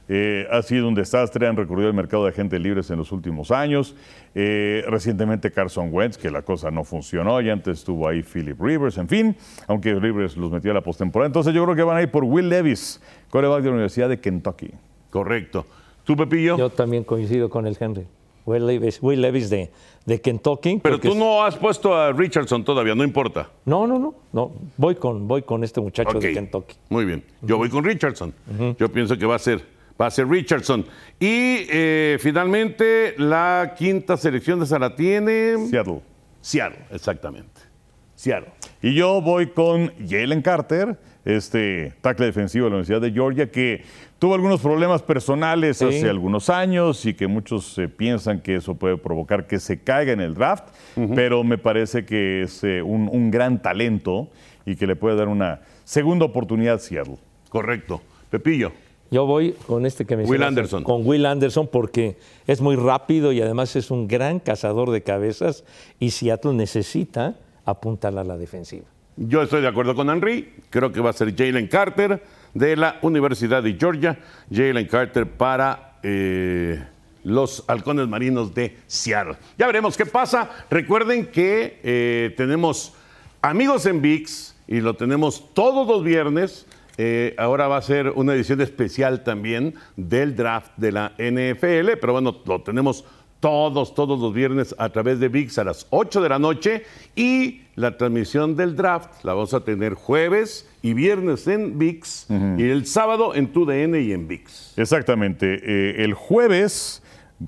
[SPEAKER 3] Eh, ha sido un desastre, han recurrido al mercado de agentes libres en los últimos años. Eh, recientemente Carson Wentz, que la cosa no funcionó, y antes estuvo ahí Philip Rivers, en fin, aunque Rivers los metió a la postemporada. Entonces yo creo que van a ir por Will Levis, coreback de la Universidad de Kentucky.
[SPEAKER 2] Correcto. ¿Tú, Pepillo?
[SPEAKER 4] Yo también coincido con el Henry. Will Levis, Will Levis de, de Kentucky.
[SPEAKER 2] pero
[SPEAKER 4] porque
[SPEAKER 2] tú no has puesto a Richardson todavía, no importa.
[SPEAKER 4] es- No, no, no. no. Voy, con, voy con este muchacho
[SPEAKER 2] Ok,
[SPEAKER 4] de Kentucky.
[SPEAKER 2] Muy bien. Yo voy con Richardson. Yo pienso que va a ser, va a ser Richardson. Y eh, finalmente la quinta selección de Sara tiene
[SPEAKER 3] Seattle.
[SPEAKER 2] Seattle, exactamente. Seattle.
[SPEAKER 3] Y yo voy con Jalen Carter, este tackle defensivo de la Universidad de Georgia, que tuvo algunos problemas personales
[SPEAKER 4] Sí.
[SPEAKER 3] hace algunos años y que muchos eh, piensan que eso puede provocar que se caiga en el draft, pero me parece que es eh, un, un gran talento y que le puede dar una segunda oportunidad a Seattle.
[SPEAKER 2] Correcto. Pepillo.
[SPEAKER 4] Yo voy con este que me
[SPEAKER 2] Will
[SPEAKER 4] mencionaste,
[SPEAKER 2] Anderson.
[SPEAKER 4] Con Will Anderson porque es muy rápido y además es un gran cazador de cabezas y Seattle necesita apuntar a la defensiva.
[SPEAKER 2] Yo estoy de acuerdo con Henry. Creo que va a ser Jalen Carter de la Universidad de Georgia. Jalen Carter para eh, los halcones marinos de Seattle. Ya veremos qué pasa. Recuerden que eh, tenemos amigos en VIX y lo tenemos todos los viernes. Eh, ahora va a ser una edición especial también del draft de la NFL, pero bueno, lo tenemos todos, todos los viernes a través de VIX a las 8 de la noche y la transmisión del draft la vamos a tener jueves y viernes en VIX y el sábado en TUDN y en VIX.
[SPEAKER 3] Exactamente. Eh, el jueves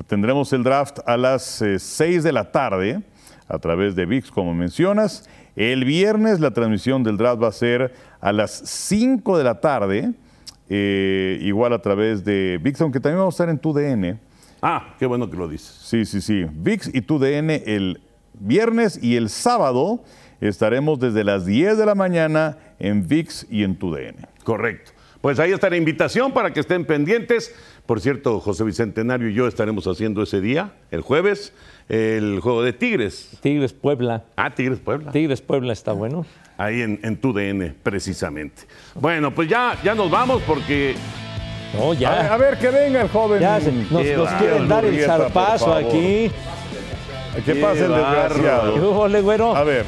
[SPEAKER 3] tendremos el draft a las eh, 6 de la tarde a través de VIX, como mencionas. El viernes la transmisión del draft va a ser a las 5 de la tarde, eh, igual a través de VIX, aunque también vamos a estar en TUDN.
[SPEAKER 2] Ah, qué bueno que lo dices.
[SPEAKER 3] Sí, sí, sí. VIX y TUDN el viernes y el sábado estaremos desde las 10 de la mañana en VIX y en TUDN.
[SPEAKER 2] Correcto. Pues ahí está la invitación para que estén pendientes. Por cierto, José Bicentenario y yo estaremos haciendo ese día, el jueves, el juego de Tigres.
[SPEAKER 4] Tigres Puebla.
[SPEAKER 2] Ah, Tigres Puebla.
[SPEAKER 4] Tigres Puebla está bueno.
[SPEAKER 2] Ahí en, en tu DN, precisamente. Bueno, pues ya, ya nos vamos porque
[SPEAKER 4] No, ya.
[SPEAKER 3] A ver, a ver, que venga el joven.
[SPEAKER 4] Ya se- nos,
[SPEAKER 2] qué
[SPEAKER 4] nos
[SPEAKER 2] bárbaro,
[SPEAKER 4] quieren dar el
[SPEAKER 3] Murrieta, por
[SPEAKER 4] zarpazo
[SPEAKER 3] favor.
[SPEAKER 4] aquí.
[SPEAKER 3] Que
[SPEAKER 2] Qué
[SPEAKER 3] pase el
[SPEAKER 2] bárbaro.
[SPEAKER 4] ¿Qué
[SPEAKER 3] desgraciado.
[SPEAKER 4] hubo, le, güero?
[SPEAKER 3] A ver,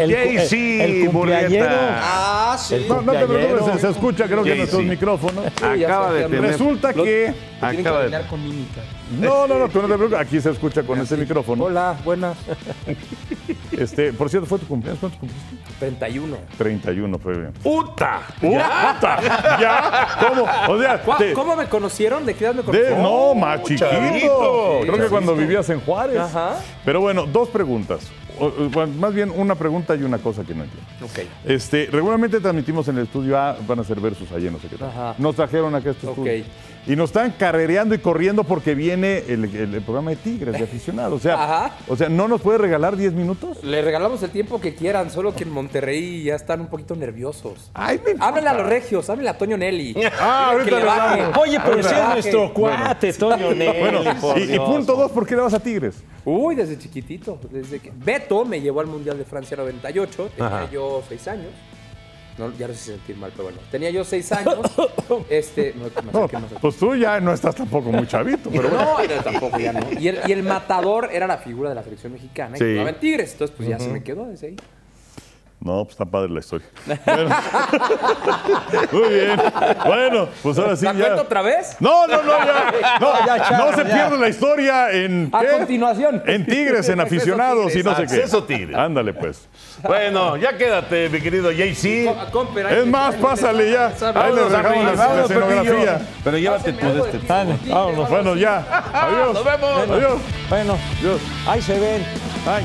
[SPEAKER 4] El, el,
[SPEAKER 2] Jay-Z,
[SPEAKER 4] el cumpleañero.
[SPEAKER 2] Murrieta.
[SPEAKER 5] Ah, sí.
[SPEAKER 4] El
[SPEAKER 3] no, no te preocupes, se, se escucha, creo que
[SPEAKER 2] Jay-Z.
[SPEAKER 3] en nuestros micrófonos.
[SPEAKER 5] ya
[SPEAKER 2] acaba
[SPEAKER 5] se
[SPEAKER 2] de
[SPEAKER 5] acabó.
[SPEAKER 2] tener.
[SPEAKER 3] Resulta que.
[SPEAKER 5] Tienen que
[SPEAKER 2] Acaba de.
[SPEAKER 5] bailar con mímica.
[SPEAKER 3] No, no, no, tú no te preocupes, aquí se escucha con ese micrófono.
[SPEAKER 5] Hola, buenas.
[SPEAKER 3] Este, por cierto, ¿fue tu cumpleaños? ¿Cuánto cumpliste?
[SPEAKER 5] 31.
[SPEAKER 3] 31 fue bien.
[SPEAKER 2] ¡Uta!
[SPEAKER 3] ¡Puta! ¿Ya? ¿Cómo? O sea,
[SPEAKER 5] ¿Cuá-
[SPEAKER 3] te-
[SPEAKER 5] ¿Cómo me conocieron? ¿De qué edad me
[SPEAKER 3] de-
[SPEAKER 5] conocieron?
[SPEAKER 3] no, más chiquito.
[SPEAKER 2] chavito.
[SPEAKER 3] Creo que cuando vivías en Juárez.
[SPEAKER 5] Ajá.
[SPEAKER 3] Pero bueno, dos preguntas. O- o, bueno, más bien una pregunta y una cosa que no entiendo.
[SPEAKER 5] Ok.
[SPEAKER 3] Este, regularmente transmitimos en el estudio A, van a ser versus allí, no sé qué tal.
[SPEAKER 5] Ajá.
[SPEAKER 3] Nos trajeron acá a este
[SPEAKER 5] Ok.
[SPEAKER 3] estudio. Y nos están carrereando y corriendo porque viene el, el- el programa de Tigres, de aficionados. O sea,
[SPEAKER 5] Ajá.
[SPEAKER 3] o sea, ¿no nos puede regalar 10 minutos?
[SPEAKER 5] Le regalamos el tiempo que quieran, solo que en Monterrey ya están un poquito nerviosos.
[SPEAKER 3] Ay, me importa.
[SPEAKER 5] Háblenle a los regios, háblenle a Toño Nelly. [laughs]
[SPEAKER 3] Ah, ahorita
[SPEAKER 5] Que le
[SPEAKER 3] le
[SPEAKER 5] baje.
[SPEAKER 3] hablamos.
[SPEAKER 4] Oye, pero
[SPEAKER 5] Ahorita
[SPEAKER 4] si
[SPEAKER 5] le
[SPEAKER 4] es
[SPEAKER 5] baje.
[SPEAKER 4] nuestro cuate, Toño Nelly.
[SPEAKER 3] Bueno,
[SPEAKER 4] por
[SPEAKER 3] y, y
[SPEAKER 4] Dios.
[SPEAKER 3] punto dos, ¿por qué le vas a Tigres?
[SPEAKER 5] Uy, desde chiquitito. Desde que Beto me llevó al Mundial de Francia 98. Tenía yo seis años. No, ya no sé si sentir mal, pero bueno. Tenía yo seis [laughs] años. este. No, que me
[SPEAKER 3] No,
[SPEAKER 5] acerque, me acerque.
[SPEAKER 3] pues tú ya no estás tampoco muy chavito, pero bueno.
[SPEAKER 5] No, pero tampoco ya no. Y el, y el matador era la figura de la selección mexicana
[SPEAKER 2] Sí.
[SPEAKER 5] y jugaba en Tigres. Entonces, pues ya se me quedó desde ahí.
[SPEAKER 3] [laughs] No, pues está padre la [laughs]
[SPEAKER 5] [laughs]
[SPEAKER 3] historia. Bueno. Muy bien. Bueno, pues ahora sí
[SPEAKER 5] ¿La
[SPEAKER 3] ya.
[SPEAKER 5] cuento otra vez?
[SPEAKER 3] No, no, no, ya. No,
[SPEAKER 4] Ya, Charro,
[SPEAKER 3] no se
[SPEAKER 4] ya.
[SPEAKER 3] pierde la historia en.
[SPEAKER 5] A
[SPEAKER 3] ¿qué?
[SPEAKER 5] continuación.
[SPEAKER 3] En Tigres, en aficionados y no sé qué.
[SPEAKER 2] Acceso Tigres.
[SPEAKER 3] Ándale, pues.
[SPEAKER 2] Bueno, ya quédate, mi querido Jay-Z.
[SPEAKER 3] Es más, pásale ya. Ahí le
[SPEAKER 2] Vámonos,
[SPEAKER 3] dejamos la, la
[SPEAKER 2] vámonos,
[SPEAKER 3] escenografía.
[SPEAKER 2] Pepillo. Pero llévate tú de este.
[SPEAKER 4] Dale, vámonos. pues.
[SPEAKER 3] Bueno, ya. Adiós. Nos vemos. Adiós.
[SPEAKER 4] Bueno, ahí se ven.
[SPEAKER 3] Ay.